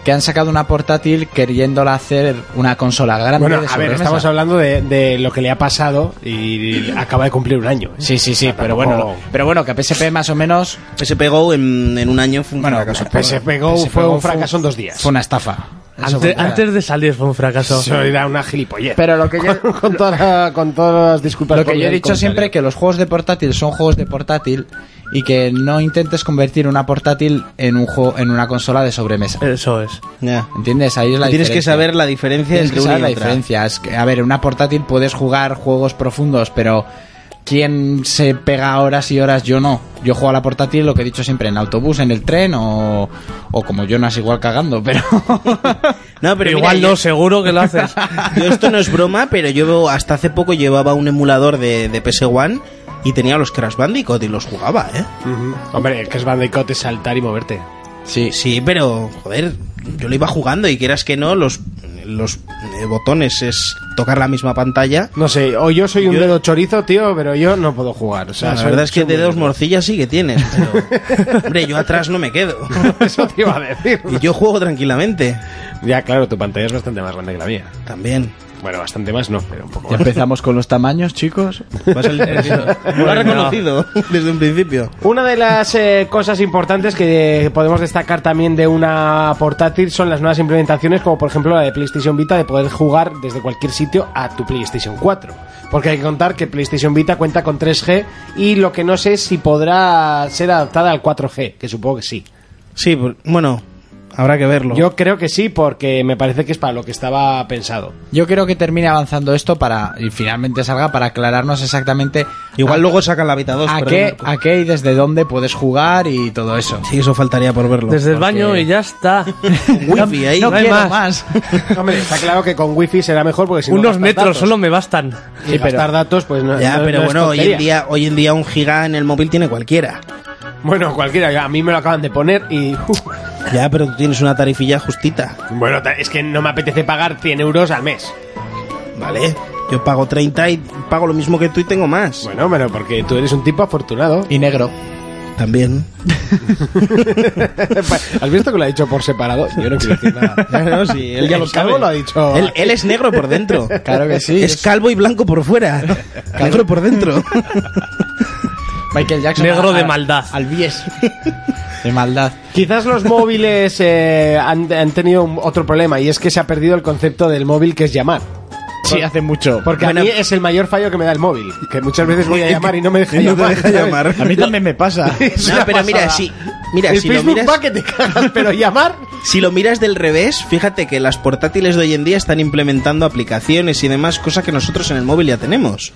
[SPEAKER 4] que han sacado una portátil queriéndola hacer una consola grande.
[SPEAKER 2] Bueno,
[SPEAKER 4] de
[SPEAKER 2] a ver,
[SPEAKER 4] sobremesa.
[SPEAKER 2] estamos hablando de, de lo que le ha pasado y acaba de cumplir un año. ¿eh?
[SPEAKER 4] Sí, sí, sí,
[SPEAKER 2] O sea,
[SPEAKER 4] pero
[SPEAKER 2] tampoco-
[SPEAKER 4] bueno, lo- pero bueno, que PSP más o menos
[SPEAKER 5] PSP Go en, en un año fue un
[SPEAKER 4] Bueno,
[SPEAKER 5] fracaso.
[SPEAKER 2] PSP Go
[SPEAKER 4] PSP
[SPEAKER 2] fue un
[SPEAKER 4] fue-
[SPEAKER 2] fracaso en dos días.
[SPEAKER 4] fue una estafa. Eso
[SPEAKER 6] Ante-
[SPEAKER 4] fue
[SPEAKER 6] antes,
[SPEAKER 4] una-
[SPEAKER 6] de salir fue un fracaso.
[SPEAKER 2] Eso era una gilipollez.
[SPEAKER 4] Pero lo que yo-
[SPEAKER 2] con, con toda la- con todas las disculpas.
[SPEAKER 4] Lo que
[SPEAKER 2] por
[SPEAKER 4] yo he
[SPEAKER 2] el
[SPEAKER 4] dicho
[SPEAKER 2] comentario.
[SPEAKER 4] siempre que los juegos de portátil son juegos de portátil y que no intentes convertir una portátil en un juego en una consola de sobremesa.
[SPEAKER 6] Eso es.
[SPEAKER 5] Ya.
[SPEAKER 4] ¿Entiendes? Ahí es la
[SPEAKER 5] Tienes que
[SPEAKER 4] diferencia.
[SPEAKER 5] saber la diferencia
[SPEAKER 4] Tienes
[SPEAKER 5] entre
[SPEAKER 4] que
[SPEAKER 5] una
[SPEAKER 4] saber
[SPEAKER 5] y
[SPEAKER 4] la
[SPEAKER 5] otra.
[SPEAKER 4] diferencia. Es que, a ver, en una portátil puedes jugar juegos profundos, pero ¿quién se pega horas y horas? Yo no. Yo juego a la portátil, lo que he dicho siempre, en autobús, en el tren o, o como Jonas igual cagando, pero...
[SPEAKER 5] No, pero
[SPEAKER 6] Igual
[SPEAKER 5] mira,
[SPEAKER 6] no, seguro que lo haces.
[SPEAKER 5] Yo esto no es broma, pero yo hasta hace poco llevaba un emulador de, de PS1 y tenía los Crash Bandicoot y los jugaba, ¿eh?
[SPEAKER 2] Ujú. Hombre, que es Bandicoot es saltar y moverte.
[SPEAKER 4] sí,
[SPEAKER 5] Sí, pero, joder, yo lo iba jugando y quieras que no, los, los eh, botones es tocar la misma pantalla.
[SPEAKER 2] No sé, o yo soy un
[SPEAKER 5] Yo-
[SPEAKER 2] dedo chorizo, tío, pero yo no puedo jugar. O sea,
[SPEAKER 5] La
[SPEAKER 2] soy-
[SPEAKER 5] verdad es que
[SPEAKER 2] soy muy
[SPEAKER 5] dedos
[SPEAKER 2] duro.
[SPEAKER 5] morcillas sí que tienes, pero, hombre, yo atrás no me quedo.
[SPEAKER 2] Eso te iba a decir.
[SPEAKER 5] Y yo juego tranquilamente,
[SPEAKER 2] Ya, claro, tu pantalla es bastante más grande que la mía.
[SPEAKER 5] también.
[SPEAKER 2] Bueno, bastante más no, pero un poco
[SPEAKER 4] Ya
[SPEAKER 2] más.
[SPEAKER 4] empezamos con los tamaños, chicos.
[SPEAKER 5] Va a salir perdido. Lo ha reconocido desde un principio.
[SPEAKER 2] Una de las eh, cosas importantes que podemos destacar también de una portátil son las nuevas implementaciones, como por ejemplo la de PlayStation Vita, de poder jugar desde cualquier sitio a tu PlayStation 4. Porque hay que contar que PlayStation Vita cuenta con 3G y lo que no sé es si podrá ser adaptada al 4G, que supongo que sí.
[SPEAKER 5] Sí, por- bueno, habrá que verlo.
[SPEAKER 2] Yo creo que sí, porque me parece que es para lo que estaba pensado.
[SPEAKER 4] Yo quiero que termine avanzando esto para y finalmente salga para aclararnos exactamente
[SPEAKER 5] Igual
[SPEAKER 4] a-
[SPEAKER 5] luego sacan la Vita 2.
[SPEAKER 4] a
[SPEAKER 5] pero
[SPEAKER 4] qué,
[SPEAKER 5] no-
[SPEAKER 4] a qué y desde dónde puedes jugar y todo eso.
[SPEAKER 5] Sí, eso faltaría por verlo.
[SPEAKER 6] Desde el baño y ya está.
[SPEAKER 5] Wifi ahí.
[SPEAKER 6] No,
[SPEAKER 5] No
[SPEAKER 6] hay
[SPEAKER 4] quiero
[SPEAKER 6] más.
[SPEAKER 2] Hombre, está claro que con wifi será mejor porque si no
[SPEAKER 6] Unos
[SPEAKER 2] gastas
[SPEAKER 6] metros
[SPEAKER 2] datos.
[SPEAKER 6] solo me bastan.
[SPEAKER 2] Y gastar datos, pues no.
[SPEAKER 5] Ya,
[SPEAKER 2] no-
[SPEAKER 5] pero
[SPEAKER 2] no es
[SPEAKER 5] bueno, hoy en,
[SPEAKER 2] tontería.
[SPEAKER 5] día, hoy en día un giga en el móvil tiene cualquiera.
[SPEAKER 2] Bueno, cualquiera, a mí me lo acaban de poner y. uh,
[SPEAKER 5] Ya, pero tú tienes una tarifilla justita,
[SPEAKER 2] Bueno, ta- es que no me apetece pagar 100 euros al mes.
[SPEAKER 5] ¿vale? Yo pago 30 y pago lo mismo que tú y tengo más.
[SPEAKER 2] Bueno, pero porque tú eres un tipo afortunado.
[SPEAKER 4] Y negro.
[SPEAKER 5] También.
[SPEAKER 2] ¿Has visto que lo ha dicho por separado? Yo no quiero decir nada.
[SPEAKER 5] Claro, sí, él ya
[SPEAKER 2] El
[SPEAKER 5] lo sabe.
[SPEAKER 2] calvo lo ha dicho.
[SPEAKER 5] Él, él es negro por dentro.
[SPEAKER 4] Claro que sí.
[SPEAKER 5] Es calvo y blanco por fuera. Negro por dentro.
[SPEAKER 4] Michael Jackson.
[SPEAKER 6] Negro
[SPEAKER 4] a-
[SPEAKER 6] de
[SPEAKER 4] a-
[SPEAKER 6] maldad.
[SPEAKER 4] Al bies. De maldad.
[SPEAKER 2] Quizás los móviles eh, han, han tenido un- otro problema y es que se ha perdido el concepto del móvil que es llamar.
[SPEAKER 4] Sí, hace mucho.
[SPEAKER 2] Porque
[SPEAKER 5] Bueno.
[SPEAKER 2] a mí es el mayor fallo que me da el móvil. Que muchas veces voy a llamar y no me deja llamar. ¿sabes?
[SPEAKER 4] A mí también me pasa.
[SPEAKER 2] Es
[SPEAKER 5] No,
[SPEAKER 2] una
[SPEAKER 5] pero mira,
[SPEAKER 2] pasada.
[SPEAKER 5] sí. Mira,
[SPEAKER 2] el
[SPEAKER 5] si lo
[SPEAKER 2] Facebook
[SPEAKER 5] miras...
[SPEAKER 2] va que te cagas, pero llamar.
[SPEAKER 5] Si lo miras del revés, fíjate que las portátiles de hoy en día están implementando aplicaciones y demás, cosa que nosotros en el móvil ya tenemos.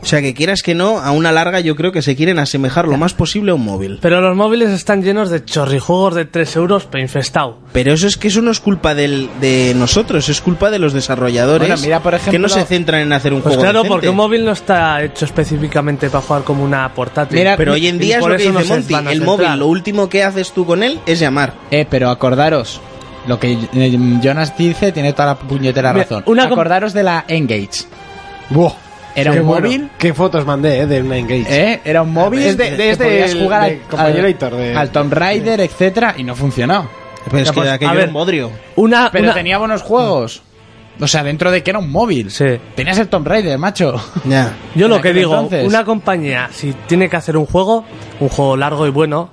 [SPEAKER 5] O sea, que quieras que no, a una larga yo creo que se quieren asemejar lo más posible a un móvil.
[SPEAKER 6] Pero los móviles están llenos de chorrijuegos de 3 euros, pero infestado.
[SPEAKER 5] Pero eso es que eso no es culpa del- de nosotros, es culpa de los desarrolladores
[SPEAKER 4] Bueno, mira, por ejemplo-
[SPEAKER 5] que no se centran en hacer un
[SPEAKER 6] Pues
[SPEAKER 5] juego
[SPEAKER 6] claro,
[SPEAKER 5] decente.
[SPEAKER 6] porque un móvil no está hecho específicamente para jugar como una portátil.
[SPEAKER 4] Mira,
[SPEAKER 5] Pero hoy en
[SPEAKER 6] Y
[SPEAKER 5] día es
[SPEAKER 6] por
[SPEAKER 5] lo que
[SPEAKER 6] eso
[SPEAKER 5] dice
[SPEAKER 6] nos
[SPEAKER 5] Monty,
[SPEAKER 6] van a
[SPEAKER 5] el
[SPEAKER 6] centrar.
[SPEAKER 5] móvil lo último que haces tú con él es llamar.
[SPEAKER 4] Eh, pero acordaros. Lo que eh, Jonas dice tiene toda la puñetera
[SPEAKER 6] Mira,
[SPEAKER 4] razón.
[SPEAKER 6] una com-
[SPEAKER 4] acordaros de la Engage.
[SPEAKER 2] Buah,
[SPEAKER 4] Era
[SPEAKER 2] qué
[SPEAKER 4] un
[SPEAKER 2] bueno.
[SPEAKER 4] móvil.
[SPEAKER 2] Qué fotos mandé eh, de una Engage.
[SPEAKER 4] ¿Eh? Era un móvil.
[SPEAKER 2] Es de- de-
[SPEAKER 4] que
[SPEAKER 2] es
[SPEAKER 4] podías
[SPEAKER 2] del-
[SPEAKER 4] jugar
[SPEAKER 2] del compañero Hitor, de-
[SPEAKER 4] al Tomb Raider, etcétera, y no funcionó.
[SPEAKER 5] Pero es
[SPEAKER 6] Ya,
[SPEAKER 5] que
[SPEAKER 6] pues,
[SPEAKER 5] aquello
[SPEAKER 6] a
[SPEAKER 5] era
[SPEAKER 6] ver.
[SPEAKER 5] un bodrio.
[SPEAKER 6] Una,
[SPEAKER 4] Pero
[SPEAKER 6] una-
[SPEAKER 4] tenía buenos juegos. O sea, dentro de que era un móvil.
[SPEAKER 6] Sí.
[SPEAKER 4] Tenías el Tomb Raider, macho.
[SPEAKER 5] Ya.
[SPEAKER 6] Yo
[SPEAKER 4] En
[SPEAKER 6] lo que
[SPEAKER 4] aquel
[SPEAKER 6] digo,
[SPEAKER 4] entonces.
[SPEAKER 6] una compañía, si tiene que hacer un juego, un juego largo y bueno,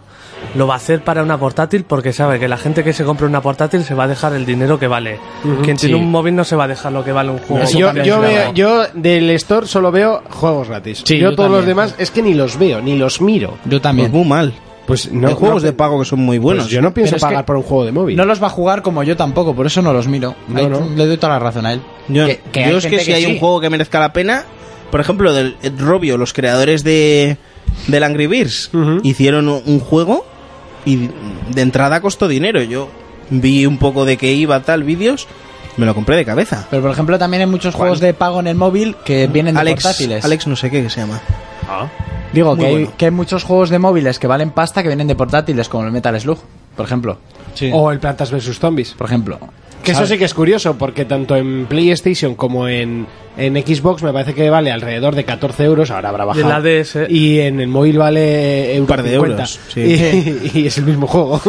[SPEAKER 6] lo va a hacer para una portátil porque sabe que la gente que se compra una portátil se va a dejar el dinero que vale. Quien
[SPEAKER 4] sí.
[SPEAKER 6] tiene un móvil no se va a dejar lo que vale un juego.
[SPEAKER 4] Eso
[SPEAKER 2] Yo,
[SPEAKER 4] también
[SPEAKER 2] yo
[SPEAKER 4] es
[SPEAKER 2] veo-
[SPEAKER 4] verdad.
[SPEAKER 2] yo del store solo veo juegos gratis.
[SPEAKER 4] Sí,
[SPEAKER 2] yo,
[SPEAKER 4] yo
[SPEAKER 2] todos los
[SPEAKER 4] también.
[SPEAKER 2] demás es que ni los veo, ni los miro.
[SPEAKER 4] Yo
[SPEAKER 5] Pues
[SPEAKER 4] también.
[SPEAKER 5] muy mal.
[SPEAKER 2] Pues
[SPEAKER 5] Hay juegos de Pues pago que son muy
[SPEAKER 2] Bueno,
[SPEAKER 5] buenos.
[SPEAKER 2] yo no pienso
[SPEAKER 4] pero es que-
[SPEAKER 2] pagar por un juego de móvil.
[SPEAKER 4] No los va a jugar como yo tampoco, por eso no los miro.
[SPEAKER 2] No,
[SPEAKER 4] Ahí
[SPEAKER 2] no.
[SPEAKER 4] Le doy toda la razón a él.
[SPEAKER 5] Yo,
[SPEAKER 4] Que- que
[SPEAKER 5] yo
[SPEAKER 4] hay
[SPEAKER 5] es que
[SPEAKER 4] gente
[SPEAKER 5] si
[SPEAKER 4] que
[SPEAKER 5] hay
[SPEAKER 4] sí.
[SPEAKER 5] un juego que merezca la pena, por ejemplo, del Ed Robio, los creadores de del Angry Birds,
[SPEAKER 2] Ujú.
[SPEAKER 5] hicieron un- un juego y de entrada costó dinero. Yo vi un poco de que iba tal vídeos, me lo compré de cabeza.
[SPEAKER 4] Pero por ejemplo, también hay muchos juegos de pago en el móvil que vienen de
[SPEAKER 5] Alex,
[SPEAKER 4] portátiles.
[SPEAKER 5] Alex no sé qué que se llama.
[SPEAKER 4] Digo
[SPEAKER 5] Muy
[SPEAKER 4] que, hay,
[SPEAKER 5] bueno.
[SPEAKER 4] que hay muchos juegos de móviles que valen pasta que vienen de portátiles, como el Metal Slug, por ejemplo.
[SPEAKER 2] O el Plantas vs. Zombies.
[SPEAKER 4] Por ejemplo.
[SPEAKER 2] Que eso
[SPEAKER 4] ¿sabes?
[SPEAKER 2] sí que es curioso, porque tanto en PlayStation como en, en Xbox me parece que vale alrededor de 14 euros, ahora habrá
[SPEAKER 6] Y
[SPEAKER 2] bajado.
[SPEAKER 6] el ADS.
[SPEAKER 2] Y en el móvil vale un
[SPEAKER 5] par de euros, sí.
[SPEAKER 2] Y, y es el mismo juego.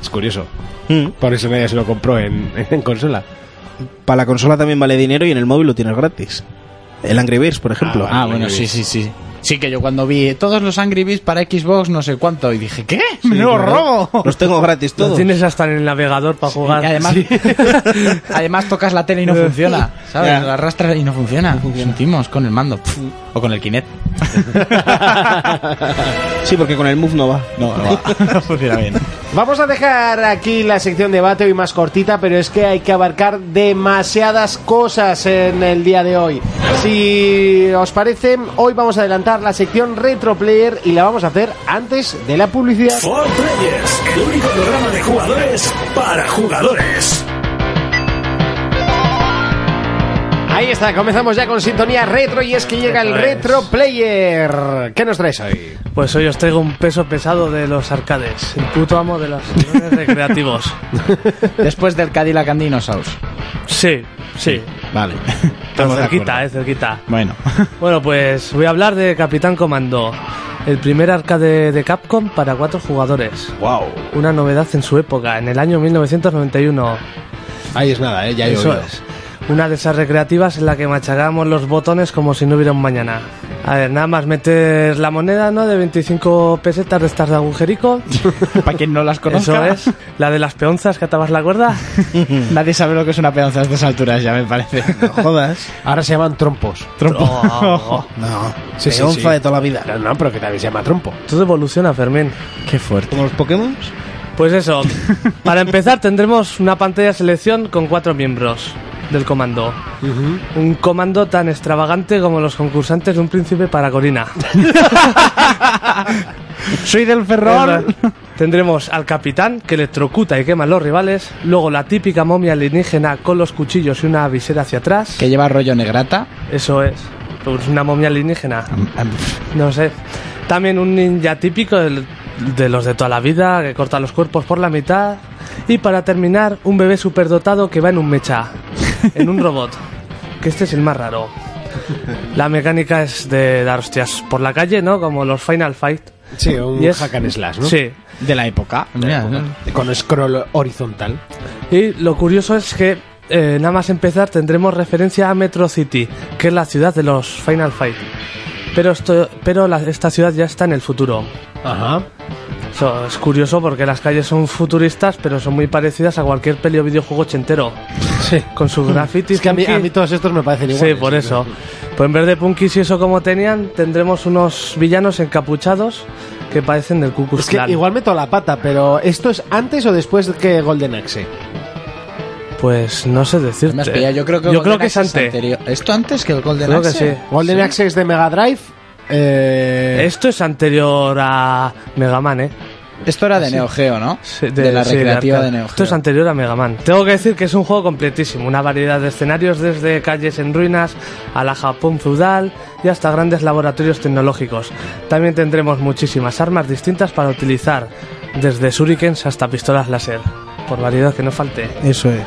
[SPEAKER 2] es curioso.
[SPEAKER 5] Mm.
[SPEAKER 2] Por eso nadie se lo compró en, en consola.
[SPEAKER 5] Para la consola también vale dinero y en el móvil lo tienes gratis. El Angry Birds, por ejemplo.
[SPEAKER 4] Ah, bueno, sí, sí, sí. Sí que yo cuando vi todos los Angry Birds para Xbox no sé cuánto y dije, ¿qué? ¡Me lo robo!
[SPEAKER 5] Los tengo gratis
[SPEAKER 6] Lo
[SPEAKER 5] todos.
[SPEAKER 6] tienes hasta en el navegador para
[SPEAKER 4] Y
[SPEAKER 6] jugar.
[SPEAKER 4] además,
[SPEAKER 6] Sí.
[SPEAKER 4] además tocas la tele y no funciona, ¿sabes?
[SPEAKER 5] Ya.
[SPEAKER 4] La arrastras y no funciona. Sentimos con el mando. Pff, O con el Kinect.
[SPEAKER 5] Sí, porque con el Move no va.
[SPEAKER 4] No, no, va, no funciona bien.
[SPEAKER 2] Vamos a dejar aquí la sección debate hoy más cortita, pero es que hay que abarcar demasiadas cosas en el día de hoy. Si os parece, hoy vamos a adelantar la sección Retro Player y la vamos a hacer antes de la publicidad.
[SPEAKER 1] For Players, el único programa de jugadores para jugadores.
[SPEAKER 2] Ahí está, comenzamos ya con sintonía retro y es que llega el
[SPEAKER 6] Eso es.
[SPEAKER 2] Retro Player. ¿Qué nos traes hoy?
[SPEAKER 6] Pues hoy os traigo un peso pesado de los arcades. El puto amo de los salones recreativos.
[SPEAKER 4] Después del Cadillac and Dinosaurs.
[SPEAKER 6] Sí, sí.
[SPEAKER 4] Vale.
[SPEAKER 6] Pero cerquita, eh, cerquita.
[SPEAKER 4] Bueno.
[SPEAKER 6] Bueno, pues voy a hablar de Capitán Comando, el primer arcade de Capcom para cuatro jugadores.
[SPEAKER 2] Wow.
[SPEAKER 6] Una novedad en su época, en el año 1991.
[SPEAKER 2] Ahí es nada, ¿eh? ya he
[SPEAKER 6] Eso
[SPEAKER 2] oído.
[SPEAKER 6] es. Una de esas recreativas en la que machacamos los botones como si no hubiera un mañana. A ver, nada más meter la moneda, ¿no? De 25 pesetas de estas de agujerico.
[SPEAKER 4] Para quien no las
[SPEAKER 6] Eso
[SPEAKER 4] conozca,
[SPEAKER 6] es. La de las peonzas que atabas la cuerda.
[SPEAKER 5] Mm.
[SPEAKER 4] nadie sabe lo que es una pedanza a estas alturas, ya me parece.
[SPEAKER 5] Jodas.
[SPEAKER 2] Ahora se llaman trompos.
[SPEAKER 4] Trompo.
[SPEAKER 5] No.
[SPEAKER 2] Sí, sí,
[SPEAKER 5] Peonza
[SPEAKER 2] sí.
[SPEAKER 5] de toda la vida.
[SPEAKER 2] No, no, pero que también se llama trompo.
[SPEAKER 6] Todo evoluciona, Fermín.
[SPEAKER 4] Qué fuerte.
[SPEAKER 5] Como los Pokémon.
[SPEAKER 6] Pues eso, para empezar tendremos una pantalla de selección con cuatro miembros del comando. Un comando tan extravagante como los concursantes de un príncipe para Corina.
[SPEAKER 4] Soy del
[SPEAKER 6] Tendrá- Tendremos al capitán que electrocuta y quema a los rivales, luego la típica momia alienígena con los cuchillos y una visera hacia atrás.
[SPEAKER 4] Que lleva rollo negrata.
[SPEAKER 6] Eso es, pues una momia alienígena. No sé. También un ninja típico del- de los de toda la vida, que corta los cuerpos por la mitad. Y para terminar, un bebé superdotado que va en un mecha, en un robot. Que este es el más raro. La mecánica es de dar hostias por la calle, ¿no? Como los Final Fight.
[SPEAKER 2] Sí, un
[SPEAKER 6] Y es-
[SPEAKER 2] hack and slash, ¿no?
[SPEAKER 6] Sí.
[SPEAKER 4] De la época. Mira,
[SPEAKER 2] Con scroll horizontal.
[SPEAKER 6] Y lo curioso es que eh, nada más empezar tendremos referencia a Metro City, que es la ciudad de los Final Fight. Pero, esto, pero la- esta ciudad ya está en el futuro.
[SPEAKER 2] Ajá.
[SPEAKER 6] Eso es curioso porque las calles son futuristas, pero son muy parecidas a cualquier peli o videojuego ochentero.
[SPEAKER 2] Sí.
[SPEAKER 6] Con sus grafitis.
[SPEAKER 2] Es que a mí,
[SPEAKER 6] punky.
[SPEAKER 2] a mí todos estos me parecen
[SPEAKER 6] Sí,
[SPEAKER 2] iguales.
[SPEAKER 6] por eso. Pues en vez de punkis y eso como tenían, tendremos unos villanos encapuchados que parecen del Ku Klux
[SPEAKER 2] Es que
[SPEAKER 6] Klan.
[SPEAKER 2] igual meto la pata, pero ¿esto es antes o después que Golden Axe?
[SPEAKER 6] Pues no sé decirte.
[SPEAKER 4] Me has pillado, Yo creo que,
[SPEAKER 6] Yo
[SPEAKER 4] Golden
[SPEAKER 6] creo que es
[SPEAKER 4] Axe
[SPEAKER 6] antes.
[SPEAKER 4] anterior. ¿Esto antes que el Golden
[SPEAKER 6] Creo que
[SPEAKER 4] Axe?
[SPEAKER 6] sí.
[SPEAKER 2] Golden Axe es de Mega Drive. eh,
[SPEAKER 6] Esto es anterior a Mega Man, ¿eh?
[SPEAKER 4] Esto era de Neo Geo, ¿no?
[SPEAKER 6] Sí,
[SPEAKER 4] de, la
[SPEAKER 6] sí,
[SPEAKER 4] recreativa de,
[SPEAKER 6] arcade.
[SPEAKER 4] Neo Geo.
[SPEAKER 6] Esto es anterior a Mega Man. Tengo que decir que es un juego completísimo, una variedad de escenarios desde calles en ruinas a la Japón feudal y hasta grandes laboratorios tecnológicos. También tendremos muchísimas armas distintas para utilizar, desde shurikens hasta pistolas láser, por variedad que no falte.
[SPEAKER 5] Eso es.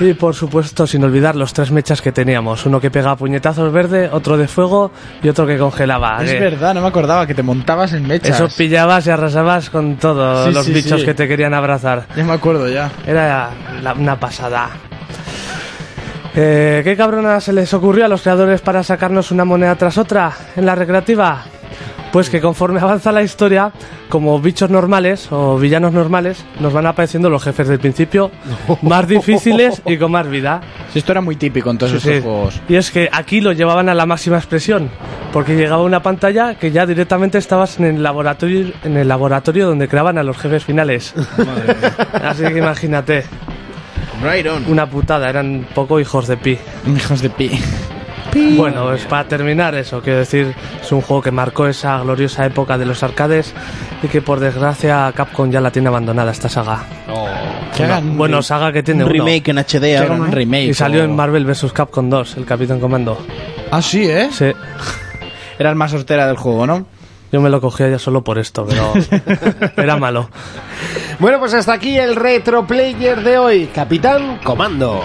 [SPEAKER 6] Y por supuesto, sin olvidar los tres mechas que teníamos, uno que pegaba puñetazos verde, otro de fuego y otro que congelaba. Eh,
[SPEAKER 4] Es
[SPEAKER 6] Que-
[SPEAKER 4] verdad, no me acordaba que te montabas en mechas.
[SPEAKER 6] Eso pillabas y arrasabas con todos
[SPEAKER 4] Sí,
[SPEAKER 6] los
[SPEAKER 4] sí,
[SPEAKER 6] bichos
[SPEAKER 4] sí.
[SPEAKER 6] que te querían abrazar.
[SPEAKER 4] Ya me acuerdo ya.
[SPEAKER 6] Era la- una pasada. Eh, ¿Qué cabrona se les ocurrió a los creadores para sacarnos una moneda tras otra en la recreativa? Pues que conforme avanza la historia, como bichos normales o villanos normales, nos van apareciendo los jefes del principio, más difíciles y con más vida.
[SPEAKER 4] Si Esto era muy típico en todos
[SPEAKER 6] Sí,
[SPEAKER 4] esos
[SPEAKER 6] sí.
[SPEAKER 4] juegos.
[SPEAKER 6] Y es que aquí lo llevaban a la máxima expresión, porque llegaba una pantalla que ya directamente estabas en el laboratorio, en el laboratorio donde creaban a los jefes finales. Así que imagínate,
[SPEAKER 5] Right on.
[SPEAKER 6] una putada, eran un poco hijos de pi.
[SPEAKER 4] Hijos de pi.
[SPEAKER 6] Bueno, es para terminar eso, quiero decir, es un juego que marcó esa gloriosa época de los arcades y que por desgracia Capcom ya la tiene abandonada esta saga.
[SPEAKER 4] Que hagan,
[SPEAKER 6] Bueno, saga que tiene
[SPEAKER 5] Un
[SPEAKER 6] uno.
[SPEAKER 5] remake en HD
[SPEAKER 4] que
[SPEAKER 5] ahora,
[SPEAKER 4] hagan un
[SPEAKER 5] ¿no?
[SPEAKER 4] remake.
[SPEAKER 6] Y salió
[SPEAKER 4] o-
[SPEAKER 6] en Marvel vs. Capcom 2, el Capitán Comando.
[SPEAKER 4] Ah, sí, ¿eh?
[SPEAKER 6] Sí,
[SPEAKER 4] Era el más hortera del juego, ¿no?
[SPEAKER 6] yo me lo cogía ya solo por esto, pero era malo. ¿Eh?
[SPEAKER 2] Bueno, pues hasta aquí el retro player de hoy. Capitán Comando.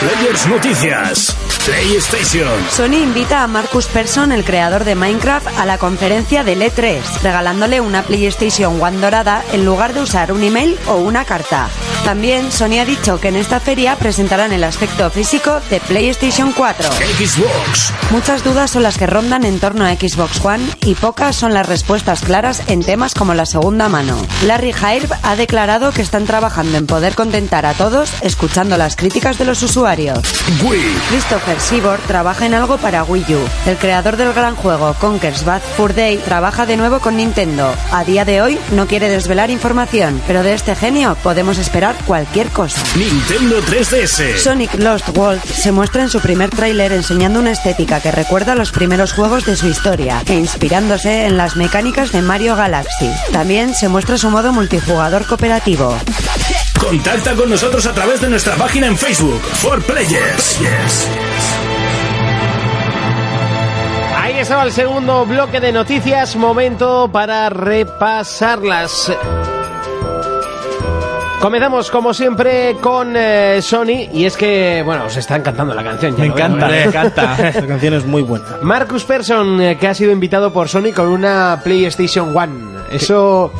[SPEAKER 1] Players Noticias. PlayStation.
[SPEAKER 3] Sony invita a Marcus Persson, el creador de Minecraft, a la conferencia del E3, regalándole una PlayStation One dorada en lugar de usar un email o una carta. También Sony ha dicho que en esta feria presentarán el aspecto físico de PlayStation 4.
[SPEAKER 1] Xbox.
[SPEAKER 3] Muchas dudas son las que rondan en torno a Xbox One y pocas son las respuestas claras en temas como la segunda mano. Larry Hire ha declarado que están trabajando en poder contentar a todos escuchando las críticas de los usuarios.
[SPEAKER 1] Wii.
[SPEAKER 3] Christopher Seaborg trabaja en algo para Wii U. El creador del gran juego Conker's Bad Fur Day trabaja de nuevo con Nintendo. A día de hoy no quiere desvelar información, pero de este genio podemos esperar cualquier cosa.
[SPEAKER 1] Nintendo 3DS.
[SPEAKER 3] Sonic Lost World se muestra en su primer tráiler enseñando una estética que recuerda a los primeros juegos de su historia e inspirándose en las mecánicas de Mario Galaxy. También se muestra su modo multijugador cooperativo.
[SPEAKER 1] Contacta con nosotros a través de nuestra página en Facebook. For Players.
[SPEAKER 2] Ahí estaba el segundo bloque de noticias. Momento para repasarlas. Comenzamos como siempre con eh, Sony y es que, bueno, os está encantando la canción. ya
[SPEAKER 4] Me
[SPEAKER 2] lo veo,
[SPEAKER 4] encanta,
[SPEAKER 2] ¿eh?
[SPEAKER 4] me encanta.
[SPEAKER 5] Esta canción es muy buena.
[SPEAKER 2] Marcus Persson, eh, que ha sido invitado por Sony con una PlayStation One. Eso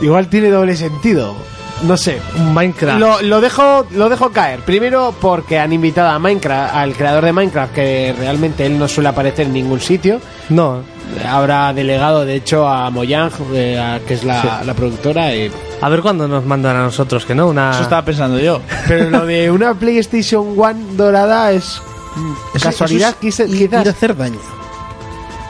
[SPEAKER 2] igual tiene doble sentido. No sé.
[SPEAKER 6] Minecraft.
[SPEAKER 2] Lo, lo dejo, lo dejo caer. Primero porque han invitado a Minecraft, al creador de Minecraft, que realmente él no suele aparecer en ningún sitio.
[SPEAKER 6] No,
[SPEAKER 2] Ahora delegado, de hecho, a Mojang, eh, a- que es la, la productora. y-
[SPEAKER 6] a ver cuándo nos mandan a nosotros, que no, una...
[SPEAKER 4] Eso estaba pensando yo.
[SPEAKER 2] Pero lo de una PlayStation One dorada es mm,
[SPEAKER 5] Eso-
[SPEAKER 2] casualidad,
[SPEAKER 5] eso es
[SPEAKER 2] quise-
[SPEAKER 5] ir-
[SPEAKER 2] quizás.
[SPEAKER 5] ir a hacer daño.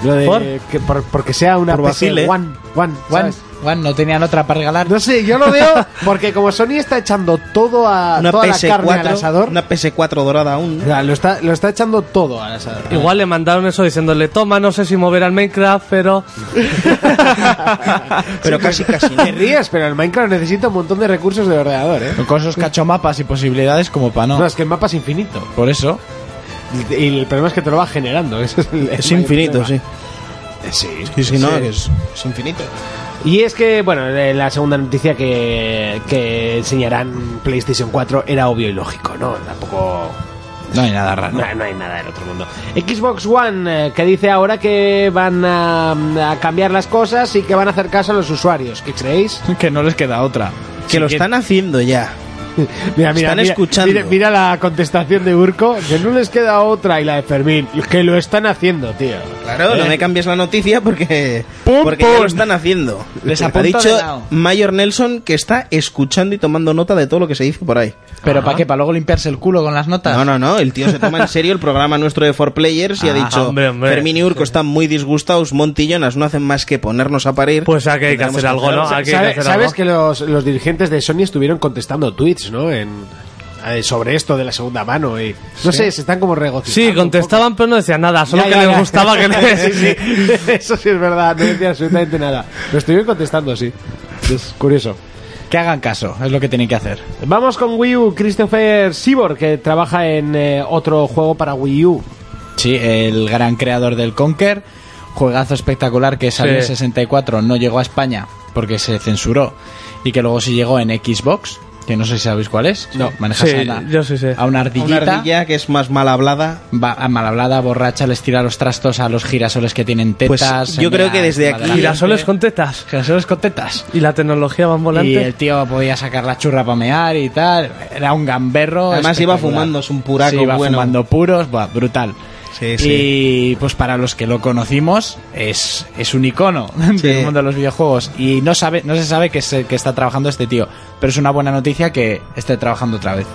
[SPEAKER 2] Lo de
[SPEAKER 6] ¿Por?
[SPEAKER 2] que por- porque sea una
[SPEAKER 5] Por
[SPEAKER 2] PC
[SPEAKER 5] vacile.
[SPEAKER 2] One, One,
[SPEAKER 4] Juan,
[SPEAKER 2] ¿sabes?
[SPEAKER 4] Juan, no tenían otra para regalar.
[SPEAKER 2] No sé, yo lo veo porque como Sony está echando todo a
[SPEAKER 5] Una
[SPEAKER 2] toda la carne al
[SPEAKER 5] PS4,
[SPEAKER 2] asador,
[SPEAKER 5] una PS4 dorada aún.
[SPEAKER 2] o sea, lo está lo está echando todo al asador.
[SPEAKER 6] Igual le mandaron eso diciéndole, toma, no sé si mover al Minecraft, pero...
[SPEAKER 5] Pero casi, casi. ¿no?
[SPEAKER 2] Te ríes, pero el Minecraft necesita un montón de recursos de ordenador, ¿eh?
[SPEAKER 4] Con esos cachomapas y posibilidades como para
[SPEAKER 2] No,
[SPEAKER 4] no.
[SPEAKER 2] es que el mapa es infinito.
[SPEAKER 4] Por eso.
[SPEAKER 2] Y el problema es que te lo va generando. ese es el- el
[SPEAKER 5] Es
[SPEAKER 2] mayor
[SPEAKER 5] infinito, sí.
[SPEAKER 2] problema. Sí,
[SPEAKER 5] Sí, sí, no,
[SPEAKER 2] sí.
[SPEAKER 5] que es, es infinito.
[SPEAKER 2] Y es que, bueno, eh, la segunda noticia que, que enseñarán PlayStation 4 era obvio y lógico, ¿no? Tampoco
[SPEAKER 4] No hay nada raro.
[SPEAKER 2] No, no hay nada del otro mundo. Xbox One, eh, que dice ahora que van a, a cambiar las cosas y que van a hacer caso a los usuarios. ¿Qué creéis?
[SPEAKER 4] Que no les queda otra.
[SPEAKER 5] Que lo están haciendo ya.
[SPEAKER 2] Mira,
[SPEAKER 5] Están escuchando.
[SPEAKER 2] Mira, mira la contestación de Urco, que no les queda otra, y la de Fermín, que lo están haciendo, tío.
[SPEAKER 5] Claro, no me cambies la noticia porque,
[SPEAKER 2] Pum,
[SPEAKER 5] porque ya
[SPEAKER 2] pum.
[SPEAKER 5] lo están haciendo.
[SPEAKER 4] Les
[SPEAKER 5] ha
[SPEAKER 4] apunto de
[SPEAKER 5] dicho
[SPEAKER 4] lado.
[SPEAKER 5] Mayor Nelson que está escuchando y tomando nota de todo lo que se dice por ahí.
[SPEAKER 4] ¿Pero para qué? ¿Para luego limpiarse el culo con las notas?
[SPEAKER 5] No, no, no. El tío se toma en serio el programa nuestro de 4Players y
[SPEAKER 4] Ah,
[SPEAKER 5] ha dicho:
[SPEAKER 6] hombre, hombre.
[SPEAKER 5] Fermín y Urco están muy disgustados, Montillonas no hacen más que ponernos a parir.
[SPEAKER 6] Pues aquí hay que
[SPEAKER 5] Tenemos
[SPEAKER 6] hacer algo, ¿no? Aquí hay que
[SPEAKER 2] ¿Sabe-
[SPEAKER 6] hacer
[SPEAKER 2] ¿Sabes
[SPEAKER 6] algo.
[SPEAKER 2] que los, los dirigentes de Sony estuvieron contestando tweets, ¿no? En- eh, sobre esto de la segunda mano. Y, no sé, se están como regocijando.
[SPEAKER 6] Sí,
[SPEAKER 2] un poco.
[SPEAKER 6] contestaban, pero no decían nada, solo
[SPEAKER 2] Ya,
[SPEAKER 6] que
[SPEAKER 2] ya,
[SPEAKER 6] les
[SPEAKER 2] ya.
[SPEAKER 6] gustaba que...
[SPEAKER 2] Sí,
[SPEAKER 6] le-
[SPEAKER 2] sí. Eso sí es verdad, no decía absolutamente nada. Lo estuvieron contestando, sí. Es curioso.
[SPEAKER 4] Que hagan caso, es lo que tienen que hacer.
[SPEAKER 2] Vamos con Wii U, Christopher Seaborg, que trabaja en eh, otro juego para Wii U.
[SPEAKER 4] Sí, el gran creador del Conquer, juegazo espectacular que salió en
[SPEAKER 6] Sí.
[SPEAKER 4] 64, no llegó a España porque se censuró y que luego sí llegó en Xbox que no sé si sabéis cuál es. No, manejas
[SPEAKER 6] Sí,
[SPEAKER 4] a, una,
[SPEAKER 6] yo sí sé.
[SPEAKER 4] a una
[SPEAKER 5] A Una
[SPEAKER 4] ardillita.
[SPEAKER 5] ardilla que es más mal hablada.
[SPEAKER 4] va- a malhablada, borracha, les tira los trastos a los girasoles que tienen
[SPEAKER 5] Pues
[SPEAKER 4] tetas.
[SPEAKER 5] yo creo que desde aquí-
[SPEAKER 4] madre,
[SPEAKER 6] Girasoles con tetas.
[SPEAKER 4] Girasoles con tetas.
[SPEAKER 6] Y la tecnología va en volante.
[SPEAKER 4] Y el tío podía sacar la churra para mear y tal. Era un gamberro.
[SPEAKER 5] Además iba
[SPEAKER 4] espectacular.
[SPEAKER 5] fumándose un puraco
[SPEAKER 4] Sí, iba
[SPEAKER 5] bueno.
[SPEAKER 4] fumando puros. buah, brutal.
[SPEAKER 5] Sí, sí.
[SPEAKER 4] Y pues para los que lo conocimos, es, es un icono del mundo de los videojuegos. Y no, sabe, no se sabe que, se- que está trabajando este tío. Pero es una buena noticia que esté trabajando otra vez.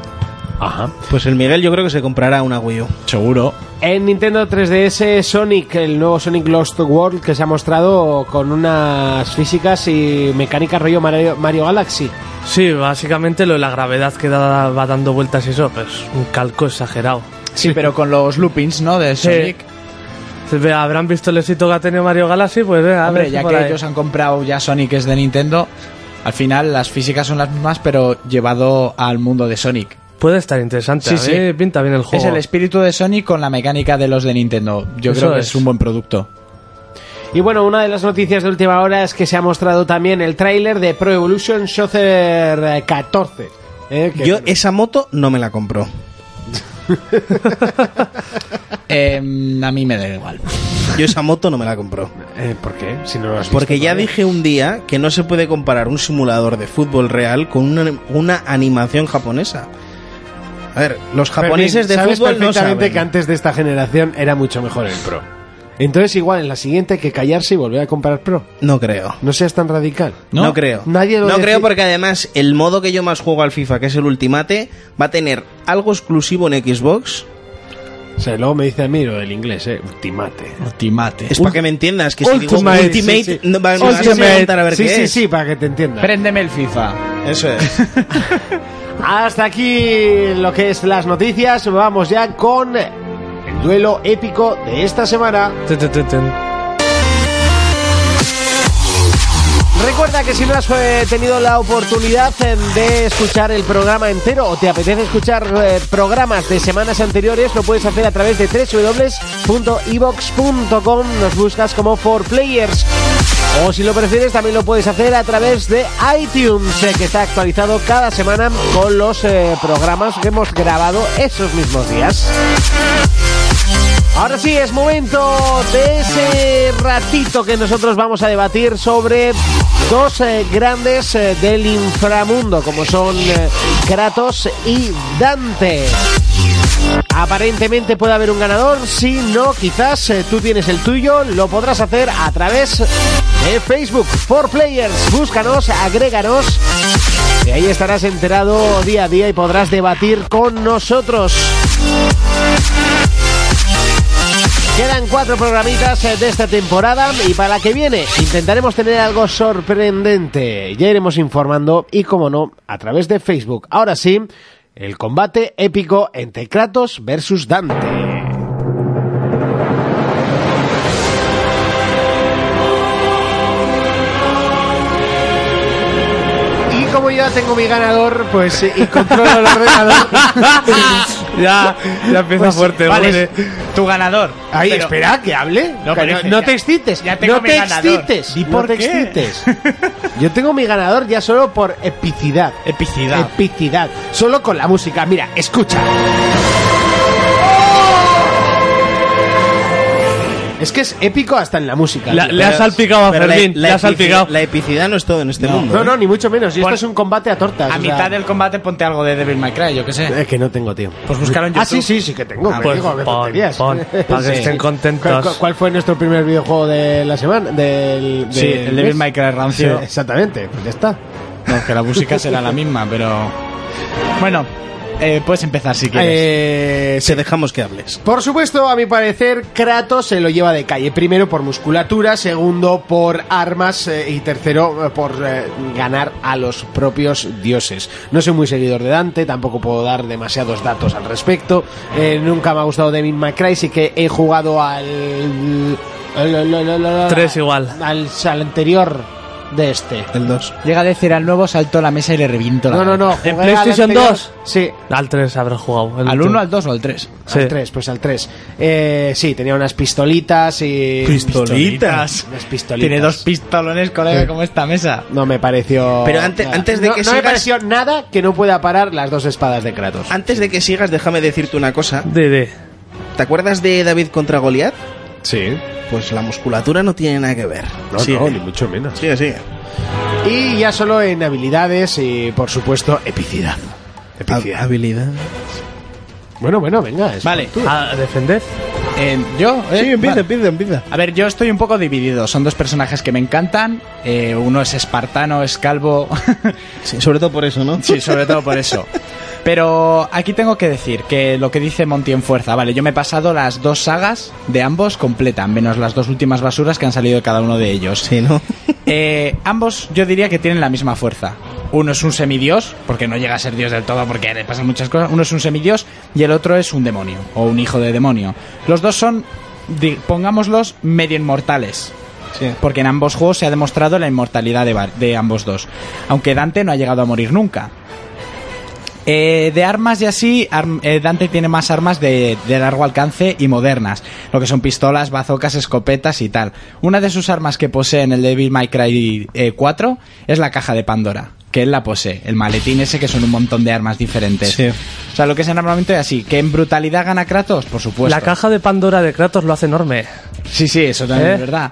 [SPEAKER 2] Ajá.
[SPEAKER 5] Pues el Miguel yo creo que se comprará una Wii U.
[SPEAKER 4] Seguro.
[SPEAKER 2] En Nintendo 3DS, Sonic, el nuevo Sonic Lost World que se ha mostrado con unas físicas y mecánicas rollo Mario, Mario Galaxy.
[SPEAKER 6] Sí, básicamente lo de la gravedad que da, va dando vueltas y eso, pues un calco exagerado.
[SPEAKER 4] Sí, pero con los loopings, ¿no? De Sonic.
[SPEAKER 6] Se ve- Habrán visto el éxito que ha tenido Mario Galaxy, pues eh, a
[SPEAKER 4] Hombre,
[SPEAKER 6] ver
[SPEAKER 4] ya
[SPEAKER 6] por
[SPEAKER 4] que
[SPEAKER 6] ahí.
[SPEAKER 4] ellos han comprado ya Sonic es de Nintendo, al final las físicas son las mismas, pero llevado al mundo de Sonic.
[SPEAKER 6] Puede estar interesante.
[SPEAKER 4] Sí,
[SPEAKER 6] a
[SPEAKER 4] sí.
[SPEAKER 6] mí pinta bien el juego.
[SPEAKER 4] Es el espíritu de Sonic con la mecánica de los de Nintendo. Yo
[SPEAKER 6] Eso
[SPEAKER 4] creo que
[SPEAKER 6] es.
[SPEAKER 4] es un buen producto.
[SPEAKER 2] Y bueno, una de las noticias de última hora es que se ha mostrado también el tráiler de Pro Evolution Soccer eh, 14. ¿eh? Que-
[SPEAKER 5] Yo esa moto no me la compró.
[SPEAKER 4] Eh, a mí me da igual.
[SPEAKER 5] Yo esa moto no me la compró.
[SPEAKER 2] Eh, ¿Por qué? Si no lo has
[SPEAKER 5] Porque
[SPEAKER 2] visto
[SPEAKER 5] ya
[SPEAKER 2] todavía.
[SPEAKER 5] dije un día que no se puede comparar un simulador de fútbol real con una, una animación japonesa. A ver, los japoneses de
[SPEAKER 2] Fermín, sabes
[SPEAKER 5] fútbol no
[SPEAKER 2] perfectamente
[SPEAKER 5] saben.
[SPEAKER 2] que antes de esta generación era mucho mejor el Pro. Entonces igual en la siguiente hay que callarse y volver a comprar Pro.
[SPEAKER 5] No creo.
[SPEAKER 2] No seas tan radical.
[SPEAKER 5] No,
[SPEAKER 4] ¿No?
[SPEAKER 5] creo.
[SPEAKER 2] Nadie lo
[SPEAKER 5] no
[SPEAKER 2] defi-
[SPEAKER 5] creo porque además el modo que yo más juego al FIFA, que es el Ultimate, va a tener algo exclusivo en Xbox.
[SPEAKER 2] O sea, luego me dice a mí lo del inglés, eh, ultimate.
[SPEAKER 4] Ultimate.
[SPEAKER 5] Es para que me entiendas, que si digo
[SPEAKER 2] Ultimate,
[SPEAKER 5] Ultimate,
[SPEAKER 2] sí, sí.
[SPEAKER 5] no, va- me vas a
[SPEAKER 2] Ultimate.
[SPEAKER 5] preguntar a ver
[SPEAKER 2] sí,
[SPEAKER 5] qué
[SPEAKER 2] sí,
[SPEAKER 5] es.
[SPEAKER 2] sí, para que te entienda.
[SPEAKER 4] Préndeme el FIFA.
[SPEAKER 5] Eso es.
[SPEAKER 2] Hasta aquí lo que es las noticias. Vamos ya con el duelo épico de esta semana.
[SPEAKER 6] Tun, tun, tun, tun.
[SPEAKER 2] Recuerda que si no has eh, tenido la oportunidad eh, de escuchar el programa entero o te apetece escuchar eh, programas de semanas anteriores, lo puedes hacer a través de www.evox.com. Nos buscas como 4Players. O si lo prefieres, también lo puedes hacer a través de iTunes, eh, que está actualizado cada semana con los eh, programas que hemos grabado esos mismos días. Ahora sí, es momento de ese ratito que nosotros vamos a debatir sobre dos eh, grandes eh, del inframundo, como son eh, Kratos y Dante. Aparentemente puede haber un ganador, si no, quizás eh, tú tienes el tuyo, lo podrás hacer a través de Facebook for Players. Búscanos, agréganos. Y ahí estarás enterado día a día y podrás debatir con nosotros. Quedan cuatro programitas eh, de esta temporada y para la que viene intentaremos tener algo sorprendente. Ya iremos informando y, como no, a través de Facebook. Ahora sí, el combate épico entre Kratos versus Dante. Y Como ya tengo mi ganador, pues eh, y controlo el ordenador. Pues,
[SPEAKER 6] ya, ya empieza fuerte.
[SPEAKER 4] Vale,
[SPEAKER 6] hombre.
[SPEAKER 4] es tu ganador.
[SPEAKER 2] Ahí,
[SPEAKER 4] Pero-
[SPEAKER 2] espera, que hable.
[SPEAKER 4] No,
[SPEAKER 2] Que
[SPEAKER 4] pero
[SPEAKER 2] no,
[SPEAKER 4] dice,
[SPEAKER 2] no
[SPEAKER 4] ya-
[SPEAKER 2] te excites.
[SPEAKER 4] ya tengo
[SPEAKER 2] no
[SPEAKER 4] mi
[SPEAKER 2] te
[SPEAKER 4] ganador.
[SPEAKER 2] excites.
[SPEAKER 4] Di
[SPEAKER 2] no
[SPEAKER 4] por
[SPEAKER 2] te
[SPEAKER 4] qué.
[SPEAKER 2] excites. Yo tengo mi ganador ya solo por epicidad. Eh,
[SPEAKER 4] Epicidad.
[SPEAKER 2] Epicidad. Solo con la música. Mira, escucha. Es que es épico hasta en la música.
[SPEAKER 6] La-
[SPEAKER 2] tío.
[SPEAKER 6] le ha salpicado a
[SPEAKER 5] Pero la-
[SPEAKER 6] Fermín,
[SPEAKER 5] la
[SPEAKER 6] le ha
[SPEAKER 5] epici-
[SPEAKER 6] salpicado.
[SPEAKER 5] La epicidad no es todo en este
[SPEAKER 4] No.
[SPEAKER 5] mundo.
[SPEAKER 2] No,
[SPEAKER 5] ¿eh?
[SPEAKER 2] no, ni mucho menos. Y
[SPEAKER 4] Por-
[SPEAKER 2] esto es un combate a tortas.
[SPEAKER 4] A
[SPEAKER 2] o sea,
[SPEAKER 4] mitad del combate ponte algo de Devil May Cry, yo qué sé.
[SPEAKER 2] Es que no tengo, tío.
[SPEAKER 4] Pues búscalo en
[SPEAKER 2] Ah,
[SPEAKER 4] YouTube.
[SPEAKER 2] sí, sí, sí que tengo.
[SPEAKER 6] Ah,
[SPEAKER 2] me
[SPEAKER 6] pues
[SPEAKER 2] digo, qué
[SPEAKER 6] pon,
[SPEAKER 2] tonterías.
[SPEAKER 6] pon, para que
[SPEAKER 4] Sí.
[SPEAKER 6] estén
[SPEAKER 2] ¿Cuál, cuál-
[SPEAKER 6] contentos.
[SPEAKER 2] cuál fue nuestro primer videojuego de la semana? Del,
[SPEAKER 4] Sí,
[SPEAKER 2] del
[SPEAKER 4] el
[SPEAKER 2] mes.
[SPEAKER 4] Devil May Cry
[SPEAKER 2] Sí,
[SPEAKER 4] rancio.
[SPEAKER 2] exactamente, pues ya está.
[SPEAKER 4] No, que la música será la misma, pero... Bueno, eh, puedes empezar si quieres.
[SPEAKER 2] Eh,
[SPEAKER 5] Te dejamos que hables.
[SPEAKER 2] por supuesto, a mi parecer, Kratos se lo lleva de calle. Primero por musculatura, segundo por armas eh, y tercero eh, por eh, ganar a los propios dioses. No soy muy seguidor de Dante, tampoco puedo dar demasiados datos al respecto. Eh, nunca me ha gustado Devil May Cry, sí que he jugado al... al- al- al- al- al-
[SPEAKER 6] Tres igual.
[SPEAKER 2] Al, al anterior.
[SPEAKER 8] de este.
[SPEAKER 5] El 2.
[SPEAKER 4] Llega a decir al nuevo, salto a la mesa y le reviento la
[SPEAKER 8] No, no, no.
[SPEAKER 4] cabeza.
[SPEAKER 6] ¿En
[SPEAKER 8] jugué al
[SPEAKER 6] PlayStation
[SPEAKER 8] anterior-
[SPEAKER 6] 2?
[SPEAKER 8] Sí.
[SPEAKER 6] Al 3 habrás jugado. el
[SPEAKER 4] ¿Al
[SPEAKER 6] último.
[SPEAKER 4] 1, al 2 o al 3?
[SPEAKER 6] Sí.
[SPEAKER 8] Al 3, pues al 3. Eh, sí, tenía unas pistolitas y.
[SPEAKER 5] Pistolitas.
[SPEAKER 8] Unas pistolitas.
[SPEAKER 4] Tiene dos pistolones, colega, como esta mesa.
[SPEAKER 8] No me pareció.
[SPEAKER 5] Pero ante-
[SPEAKER 8] nada.
[SPEAKER 5] antes de
[SPEAKER 8] No-
[SPEAKER 5] que
[SPEAKER 8] No me
[SPEAKER 5] sigas-
[SPEAKER 8] pareció nada que no pueda parar las dos espadas de Kratos.
[SPEAKER 5] Antes de que sigas, déjame decirte una cosa.
[SPEAKER 6] De, de.
[SPEAKER 5] ¿Te acuerdas de David contra Goliat?
[SPEAKER 9] Sí.
[SPEAKER 5] Pues la musculatura no tiene nada que ver.
[SPEAKER 9] No,
[SPEAKER 5] Sigue.
[SPEAKER 9] no, ni mucho menos.
[SPEAKER 5] Sigue, sigue.
[SPEAKER 8] Y ya solo en habilidades y, por supuesto, epicidad.
[SPEAKER 5] Ha- Habilidad.
[SPEAKER 8] Bueno, bueno, venga. es
[SPEAKER 4] Vale.
[SPEAKER 8] por tú.
[SPEAKER 6] ¿A defender?
[SPEAKER 4] Eh, ¿Yo? eh, va-
[SPEAKER 5] empieza, empieza.
[SPEAKER 4] A ver, yo estoy un poco dividido. Son dos personajes que me encantan. Eh, uno es espartano, es calvo.
[SPEAKER 5] Sí, sobre todo por eso, ¿no?
[SPEAKER 4] sí, sobre todo por eso. Pero aquí tengo que decir que lo que dice Monty en fuerza, vale, yo me he pasado las dos sagas de ambos completan, menos las dos últimas basuras que han salido de cada uno de ellos.
[SPEAKER 5] Sí, ¿no?
[SPEAKER 4] Eh, ambos yo diría que tienen la misma fuerza. Uno es un semidios, porque no llega a ser dios del todo porque le pasan muchas cosas. Uno es un semidios y el otro es un demonio o un hijo de demonio. Los dos son, di- pongámoslos, medio inmortales.
[SPEAKER 5] Sí.
[SPEAKER 4] Porque en ambos juegos se ha demostrado la inmortalidad de, Bar- de ambos dos. Aunque Dante no ha llegado a morir nunca. Eh, de armas y así, arm- eh, Dante tiene más armas de, de largo alcance y modernas, lo que son pistolas, bazocas, escopetas y tal. Una de sus armas que posee en el Devil May Cry eh, 4 es la caja de Pandora, que él la posee, el maletín ese que son un montón de armas diferentes.
[SPEAKER 5] Sí.
[SPEAKER 4] O sea, lo que es en armamento es así, que en brutalidad gana Kratos, por supuesto.
[SPEAKER 6] La caja de Pandora de Kratos lo hace enorme.
[SPEAKER 4] Sí, sí, eso también
[SPEAKER 6] ¿Eh?
[SPEAKER 4] es verdad.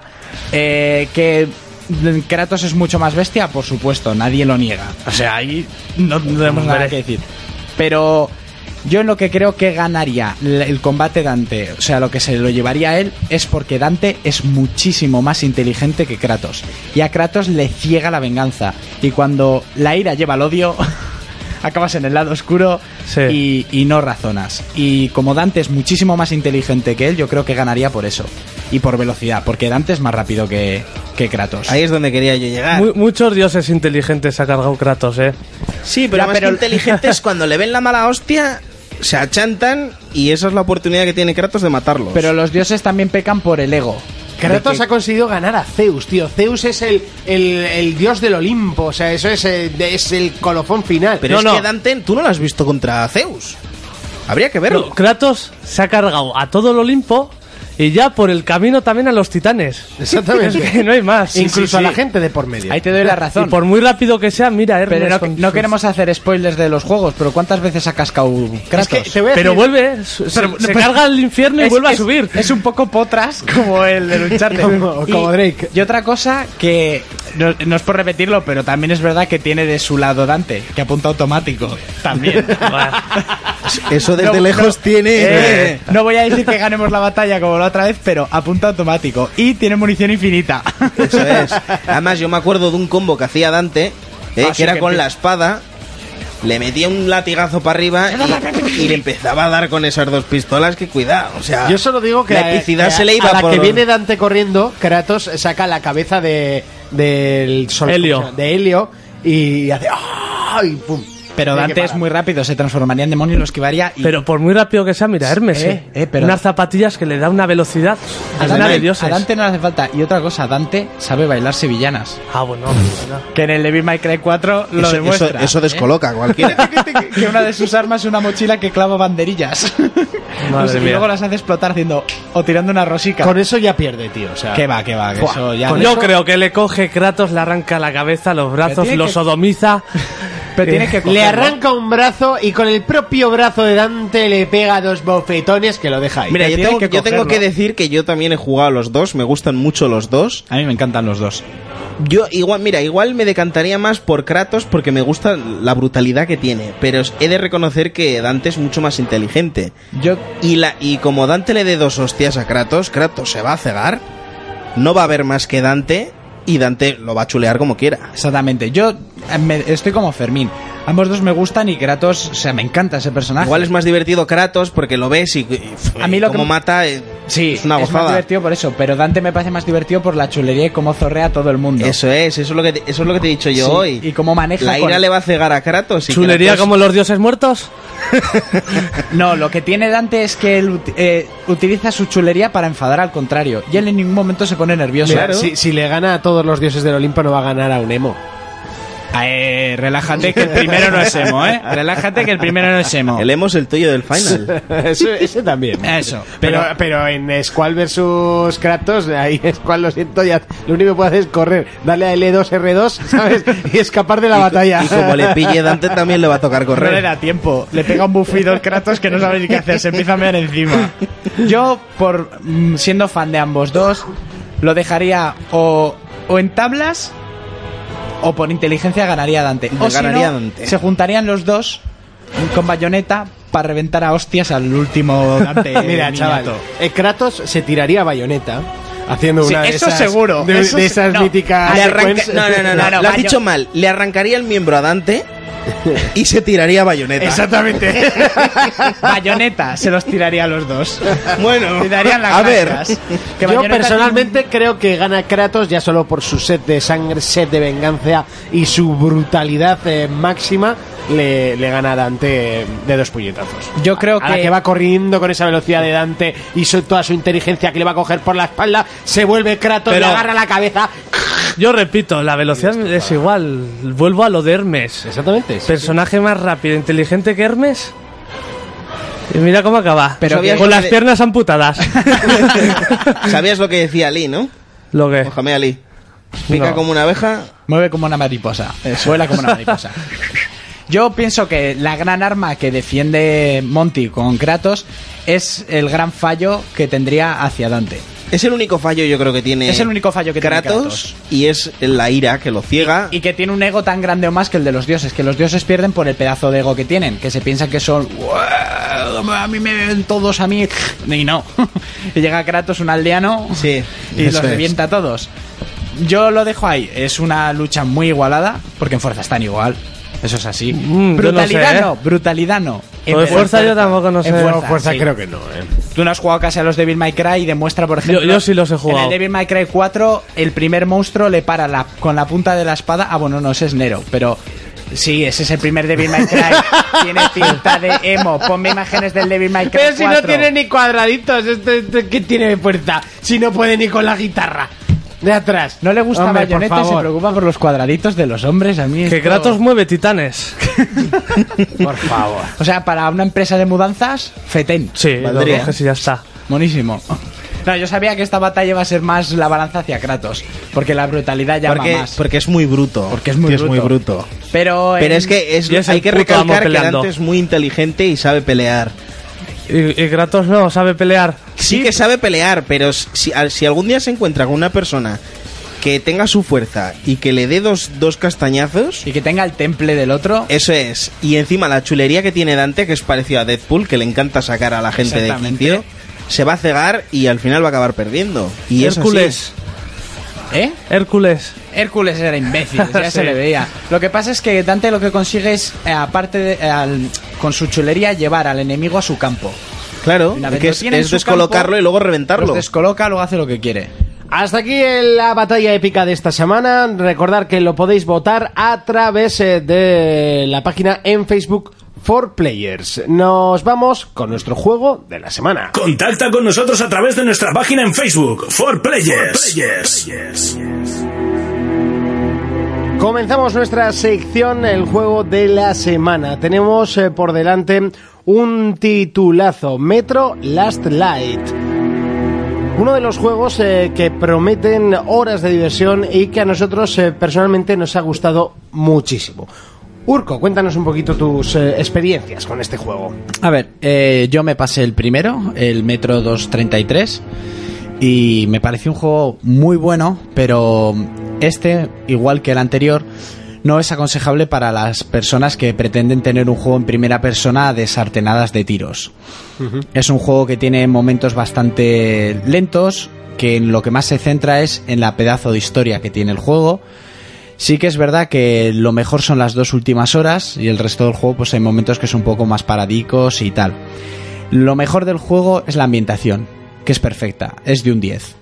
[SPEAKER 4] Eh, que Kratos es mucho más bestia, por supuesto, nadie lo niega. O sea, ahí no tenemos nada
[SPEAKER 6] Hombre.
[SPEAKER 4] que decir. Pero yo en lo que creo que ganaría l- el combate Dante, o sea, lo que se lo llevaría a él, es porque Dante es muchísimo más inteligente que Kratos. Y a Kratos le ciega la venganza. Y cuando la ira lleva al odio... Acabas en el lado oscuro
[SPEAKER 6] Sí.
[SPEAKER 4] y, y no razonas. Y como Dante es muchísimo más inteligente que él, yo creo que ganaría por eso. Y por velocidad, porque Dante es más rápido que, que Kratos.
[SPEAKER 5] Ahí es donde quería yo
[SPEAKER 4] Ah.
[SPEAKER 5] llegar.
[SPEAKER 6] Mu- muchos dioses inteligentes ha cargado Kratos, ¿eh?
[SPEAKER 5] Sí, pero
[SPEAKER 4] Ya,
[SPEAKER 5] más
[SPEAKER 4] pero-
[SPEAKER 5] que inteligentes cuando le ven la mala hostia, se achantan y esa es la oportunidad que tiene Kratos de matarlos.
[SPEAKER 4] Pero los dioses también pecan por el ego.
[SPEAKER 8] Kratos
[SPEAKER 4] De
[SPEAKER 8] ha conseguido ganar a Zeus, tío. Zeus es el, el, el dios del Olimpo. O sea, eso es, eh, de- es el colofón final.
[SPEAKER 5] Pero
[SPEAKER 6] No,
[SPEAKER 5] es
[SPEAKER 6] no.
[SPEAKER 5] que Dante, tú no lo has visto contra Zeus. Habría que verlo.
[SPEAKER 6] No, Kratos se ha cargado a todo el Olimpo y ya por el camino también a los titanes.
[SPEAKER 8] Exactamente.
[SPEAKER 6] Es que no hay más.
[SPEAKER 8] Incluso
[SPEAKER 6] Sí, sí,
[SPEAKER 8] a la
[SPEAKER 6] sí.
[SPEAKER 8] gente de por medio.
[SPEAKER 4] que- Ahí te doy la razón.
[SPEAKER 6] Y por muy rápido que sea, mira, Hermes.
[SPEAKER 4] Pero no,
[SPEAKER 6] con
[SPEAKER 4] no
[SPEAKER 6] sus-
[SPEAKER 4] queremos hacer spoilers de los juegos, pero ¿cuántas veces ha cascado Kratos?
[SPEAKER 8] Es que te voy a
[SPEAKER 6] Pero
[SPEAKER 8] decir-
[SPEAKER 6] vuelve, eh, su- se, se carga al infierno y
[SPEAKER 4] Es-
[SPEAKER 6] vuelve
[SPEAKER 4] es-
[SPEAKER 6] a subir.
[SPEAKER 4] Es un poco potras como el de Uncharted.
[SPEAKER 8] Como- como
[SPEAKER 4] Y-
[SPEAKER 8] Drake.
[SPEAKER 4] Y otra cosa que no, no es por repetirlo, pero también es verdad que tiene de su lado Dante, que apunta automático. También.
[SPEAKER 5] Eso desde
[SPEAKER 4] No,
[SPEAKER 5] lejos tiene.
[SPEAKER 4] Eh, no voy a decir que ganemos la batalla como la otra vez, pero apunta automático. Y tiene munición infinita.
[SPEAKER 5] Eso es. Además, yo me acuerdo de un combo que hacía Dante, eh,
[SPEAKER 4] Ah,
[SPEAKER 5] que
[SPEAKER 4] sí,
[SPEAKER 5] era
[SPEAKER 4] que
[SPEAKER 5] con
[SPEAKER 4] empieza-
[SPEAKER 5] la espada. Le metía un latigazo para arriba y, y le empezaba a dar con esas dos pistolas que cuidado, o sea,
[SPEAKER 8] Yo solo digo que
[SPEAKER 5] la epicidad
[SPEAKER 8] que
[SPEAKER 5] se le iba
[SPEAKER 8] a la
[SPEAKER 5] por
[SPEAKER 8] que viene Dante corriendo, Kratos saca la cabeza de del sol-
[SPEAKER 6] Helio.
[SPEAKER 8] ¿cómo se llama? de Helio y hace ¡ah! y pum.
[SPEAKER 4] Pero
[SPEAKER 8] Tiene que
[SPEAKER 4] Dante es
[SPEAKER 8] parar.
[SPEAKER 4] muy rápido, se transformaría en demonio y lo esquivaría. Y
[SPEAKER 6] Pero por muy rápido que sea, mira, Hermes.
[SPEAKER 4] Eh,
[SPEAKER 6] eh.
[SPEAKER 4] eh, pero-
[SPEAKER 6] Unas zapatillas que le da una velocidad.
[SPEAKER 4] a
[SPEAKER 6] digna de
[SPEAKER 4] Dante,
[SPEAKER 6] dioses.
[SPEAKER 4] a Dante no le hace falta. Y otra cosa, Dante sabe bailar sevillanas.
[SPEAKER 6] Ah, bueno. bueno.
[SPEAKER 4] Que en el Devil May Cry 4 lo
[SPEAKER 5] eso, eso,
[SPEAKER 4] demuestra.
[SPEAKER 5] eso
[SPEAKER 4] ¿eh?
[SPEAKER 5] descoloca a cualquiera.
[SPEAKER 4] que una de sus armas es una mochila que clava banderillas.
[SPEAKER 6] Madre
[SPEAKER 4] y
[SPEAKER 6] mía.
[SPEAKER 4] luego las hace explotar haciendo o tirando una rosica.
[SPEAKER 8] Con eso ya pierde, tío, o sea.
[SPEAKER 4] Que va, que va, que eso ya
[SPEAKER 6] Yo creo que le coge Kratos, le arranca la cabeza, los brazos,
[SPEAKER 4] tiene
[SPEAKER 6] lo
[SPEAKER 4] que-
[SPEAKER 6] sodomiza. Eh,
[SPEAKER 4] Pero tiene que
[SPEAKER 8] Le
[SPEAKER 4] cogerlo.
[SPEAKER 8] arranca un brazo y con el propio brazo de Dante le pega dos bofetones que lo deja ahí.
[SPEAKER 5] Mira,
[SPEAKER 4] Que
[SPEAKER 5] yo
[SPEAKER 4] tiene
[SPEAKER 5] tengo,
[SPEAKER 4] que
[SPEAKER 5] yo tengo
[SPEAKER 4] cogerlo.
[SPEAKER 5] que decir que yo también he jugado a los dos, me gustan mucho los dos.
[SPEAKER 4] A mí me encantan los dos.
[SPEAKER 5] Yo igual, mira, igual me decantaría más por Kratos porque me gusta la brutalidad que tiene, pero he de reconocer que Dante es mucho más inteligente.
[SPEAKER 4] Yo
[SPEAKER 5] Y, la, y como Dante le dé dos hostias a Kratos, Kratos se va a cegar, no va a haber más que Dante y Dante lo va a chulear como quiera.
[SPEAKER 4] Exactamente. Yo eh, me- estoy como Fermín. Ambos dos me gustan y Kratos, o sea, me encanta ese personaje.
[SPEAKER 5] Igual es más divertido Kratos porque lo ves y, y-
[SPEAKER 4] A mí lo que
[SPEAKER 5] como
[SPEAKER 4] me-
[SPEAKER 5] mata, eh,
[SPEAKER 4] Sí,
[SPEAKER 5] Es una
[SPEAKER 4] es más
[SPEAKER 5] gozada.
[SPEAKER 4] divertido por eso, pero Dante me parece más divertido por la chulería y cómo zorrea a todo el mundo.
[SPEAKER 5] Eso es, eso es lo que te, eso es lo que te he dicho yo
[SPEAKER 4] Sí,
[SPEAKER 5] hoy.
[SPEAKER 4] y cómo maneja
[SPEAKER 5] La
[SPEAKER 4] con-
[SPEAKER 5] ira le va a cegar a Kratos. y
[SPEAKER 6] ¿Chulería
[SPEAKER 5] Kratos-
[SPEAKER 6] como los dioses muertos?
[SPEAKER 4] No, lo que tiene Dante es que él ut- eh, utiliza su chulería para enfadar al contrario y él en ningún momento se pone nervioso.
[SPEAKER 2] Mira, si, si le gana a todos los dioses del Olimpo, no va a ganar a un emo.
[SPEAKER 4] Ah, eh, relájate que el primero no es emo, ¿eh? Relájate que el primero no es emo.
[SPEAKER 5] El emo es el tuyo del final.
[SPEAKER 2] ese, ese también.
[SPEAKER 4] Eso.
[SPEAKER 2] Pero,
[SPEAKER 4] Pero,
[SPEAKER 2] pero en Squall versus Kratos, ahí Squall, lo siento, ya lo único que puede hacer es correr, darle a L2, R2, ¿sabes? Y escapar de la batalla.
[SPEAKER 5] Y como le pille Dante también le va a tocar
[SPEAKER 4] no le
[SPEAKER 5] correr.
[SPEAKER 4] da tiempo. Le pega un bufido al Kratos que no sabe ni qué hacer. Se empieza a mear encima. Yo, por mm, siendo fan de ambos dos, lo dejaría o, o en tablas o por inteligencia ganaría Dante. O si
[SPEAKER 5] Ganaría
[SPEAKER 4] no,
[SPEAKER 5] Dante.
[SPEAKER 4] se juntarían los dos con bayoneta para reventar a hostias al último Dante.
[SPEAKER 2] Mira,
[SPEAKER 4] niñato.
[SPEAKER 2] chaval, eh, Kratos se tiraría a bayoneta haciendo
[SPEAKER 4] Sí,
[SPEAKER 2] una de
[SPEAKER 4] eso
[SPEAKER 2] esas,
[SPEAKER 4] seguro,
[SPEAKER 2] de,
[SPEAKER 4] eso
[SPEAKER 2] de
[SPEAKER 4] se-
[SPEAKER 2] esas
[SPEAKER 4] no,
[SPEAKER 2] míticas
[SPEAKER 5] Ah, Le arranca-
[SPEAKER 2] secuencias.
[SPEAKER 5] No, no, no, no,
[SPEAKER 4] No, no,
[SPEAKER 5] Lo has
[SPEAKER 4] bayo-
[SPEAKER 5] dicho mal. Le arrancaría el miembro a Dante y se tiraría a bayoneta.
[SPEAKER 2] Exactamente.
[SPEAKER 4] Bayoneta Ah, se los tiraría a los dos.
[SPEAKER 5] Bueno,
[SPEAKER 4] Y darían las
[SPEAKER 5] a ver.
[SPEAKER 4] gracias. Que
[SPEAKER 2] Yo
[SPEAKER 4] Bayonetta
[SPEAKER 2] personalmente creo que gana Kratos ya solo por su sed de sangre, sed de venganza y su brutalidad eh, máxima le, le gana a Dante eh, de dos puñetazos.
[SPEAKER 4] Yo creo
[SPEAKER 2] A la
[SPEAKER 4] que-
[SPEAKER 2] que va corriendo con esa velocidad de Dante y su- toda su inteligencia que le va a coger por la espalda, se vuelve Kratos,
[SPEAKER 6] Pero-
[SPEAKER 2] le agarra la cabeza.
[SPEAKER 6] Yo repito, la velocidad es igual. Vuelvo a lo de Hermes.
[SPEAKER 2] Exactamente.
[SPEAKER 6] Personaje más rápido e inteligente que Hermes. Y mira cómo acaba.
[SPEAKER 5] Pero
[SPEAKER 6] con
[SPEAKER 5] ¿Sabías
[SPEAKER 6] las
[SPEAKER 5] que-
[SPEAKER 6] piernas amputadas.
[SPEAKER 5] Sabías lo que decía Ali, ¿no?
[SPEAKER 6] lo que.
[SPEAKER 5] Mohamed Ali. Pica
[SPEAKER 6] No.
[SPEAKER 5] como una abeja.
[SPEAKER 4] Mueve como una mariposa. Vuela como una mariposa. Yo pienso que la gran arma que defiende Monty con Kratos es el gran fallo que tendría hacia Dante.
[SPEAKER 5] Es el único fallo yo creo que tiene.
[SPEAKER 4] Es el único fallo que tiene
[SPEAKER 5] Kratos, y es la ira que lo ciega.
[SPEAKER 4] Y que tiene un ego tan grande o más que el de los dioses, que los dioses pierden por el pedazo de ego que tienen, que se piensan que son "Wow, a mí me ven todos a mí y no. y llega Kratos, un aldeano,
[SPEAKER 5] Sí,
[SPEAKER 4] y
[SPEAKER 5] eso
[SPEAKER 4] los
[SPEAKER 5] es.
[SPEAKER 4] revienta a todos. Yo lo dejo ahí, es una lucha muy igualada, porque en fuerza están igual. Eso es así.
[SPEAKER 6] Mm, yo no sé,
[SPEAKER 4] brutalidad
[SPEAKER 6] ¿eh?
[SPEAKER 4] no, brutalidad no.
[SPEAKER 6] Lo de fuerza yo tampoco no sé.
[SPEAKER 4] En
[SPEAKER 6] No, fuerza
[SPEAKER 4] sí.
[SPEAKER 2] creo que no, eh.
[SPEAKER 4] Tú no has jugado casi a los Devil May Cry y demuestra, por ejemplo.
[SPEAKER 6] Yo- yo sí los he jugado.
[SPEAKER 4] En el Devil May Cry 4, el primer monstruo le para la, con la punta de la espada. Ah, bueno, no, ese es Nero, pero. Sí, ese es el primer Devil May Cry. tiene pinta de emo. Ponme imágenes del Devil May Cry
[SPEAKER 2] Pero si no
[SPEAKER 4] 4.
[SPEAKER 2] tiene ni cuadraditos, este, este, ¿qué tiene de fuerza? Si no puede ni con la guitarra. De atrás.
[SPEAKER 4] No le gusta
[SPEAKER 2] Hombre, por
[SPEAKER 4] Bayonetta, se
[SPEAKER 2] favor.
[SPEAKER 4] preocupa por los cuadraditos de los hombres. A mí
[SPEAKER 6] Que
[SPEAKER 4] esto-
[SPEAKER 6] Kratos mueve titanes.
[SPEAKER 2] Por favor.
[SPEAKER 4] O sea, para una empresa de mudanzas, fetén.
[SPEAKER 6] Sí, lo
[SPEAKER 5] Valdría.
[SPEAKER 6] coges y ya está.
[SPEAKER 4] Buenísimo. No, yo sabía que esta batalla iba a ser más la balanza hacia Kratos. Porque la brutalidad llama
[SPEAKER 5] porque,
[SPEAKER 4] más.
[SPEAKER 5] porque es muy bruto.
[SPEAKER 4] Porque es muy bruto. Pero,
[SPEAKER 5] Pero
[SPEAKER 4] en-
[SPEAKER 5] es que es,
[SPEAKER 6] Y es
[SPEAKER 5] hay
[SPEAKER 6] el
[SPEAKER 5] que
[SPEAKER 6] puto amo
[SPEAKER 5] recalcar que
[SPEAKER 6] peleando.
[SPEAKER 5] Dante es muy inteligente y sabe pelear.
[SPEAKER 6] Y, y Kratos no sabe pelear.
[SPEAKER 5] Sí que sabe pelear, pero si, al- si algún día se encuentra con una persona que tenga su fuerza y que le dé dos, dos castañazos,
[SPEAKER 4] Y que tenga el temple del otro.
[SPEAKER 5] eso es. Y encima la chulería que tiene Dante, que es parecido a Deadpool, que le encanta sacar a la gente de
[SPEAKER 4] Exactamente.
[SPEAKER 5] quicio, se va a cegar y al final va a acabar perdiendo. Y es así.
[SPEAKER 6] Hércules.
[SPEAKER 4] ¿Eh?
[SPEAKER 6] Hércules.
[SPEAKER 4] Hércules era imbécil, ya
[SPEAKER 6] Sí.
[SPEAKER 4] se le veía. Lo que pasa es que Dante lo que consigue es, eh, aparte de- eh, al- con su chulería, llevar al enemigo a su campo.
[SPEAKER 5] Claro,
[SPEAKER 4] Una vez
[SPEAKER 5] que
[SPEAKER 4] lo
[SPEAKER 5] es,
[SPEAKER 4] tiene en
[SPEAKER 5] es
[SPEAKER 4] su
[SPEAKER 5] descolocarlo
[SPEAKER 4] campo,
[SPEAKER 5] y luego reventarlo.
[SPEAKER 4] Los descoloca, luego hace lo que quiere.
[SPEAKER 2] Hasta aquí la batalla épica de esta semana. Recordar que lo podéis votar a través eh, de la página en Facebook for Players. Nos vamos con nuestro juego de la semana.
[SPEAKER 1] Contacta con nosotros a través de nuestra página en Facebook, For Players.
[SPEAKER 2] Comenzamos nuestra sección, el juego de la semana. Tenemos eh, por delante un titulazo, Metro Last Light. Uno de los juegos eh, que prometen horas de diversión y que a nosotros eh, personalmente nos ha gustado muchísimo. Urco, cuéntanos un poquito tus eh, experiencias con este juego.
[SPEAKER 4] A ver, eh, yo me pasé el primero, el Metro 233, y me pareció un juego muy bueno, pero este, igual que el anterior, no es aconsejable para las personas que pretenden tener un juego en primera persona desartenadas de tiros. Es un juego que tiene momentos bastante lentos, que en lo que más se centra es en la pedazo de historia que tiene el juego. Sí que es verdad que lo mejor son las dos últimas horas y el resto del juego pues hay momentos que son un poco más paradicos y tal. Lo mejor del juego es la ambientación. que es perfecta, es de un 10.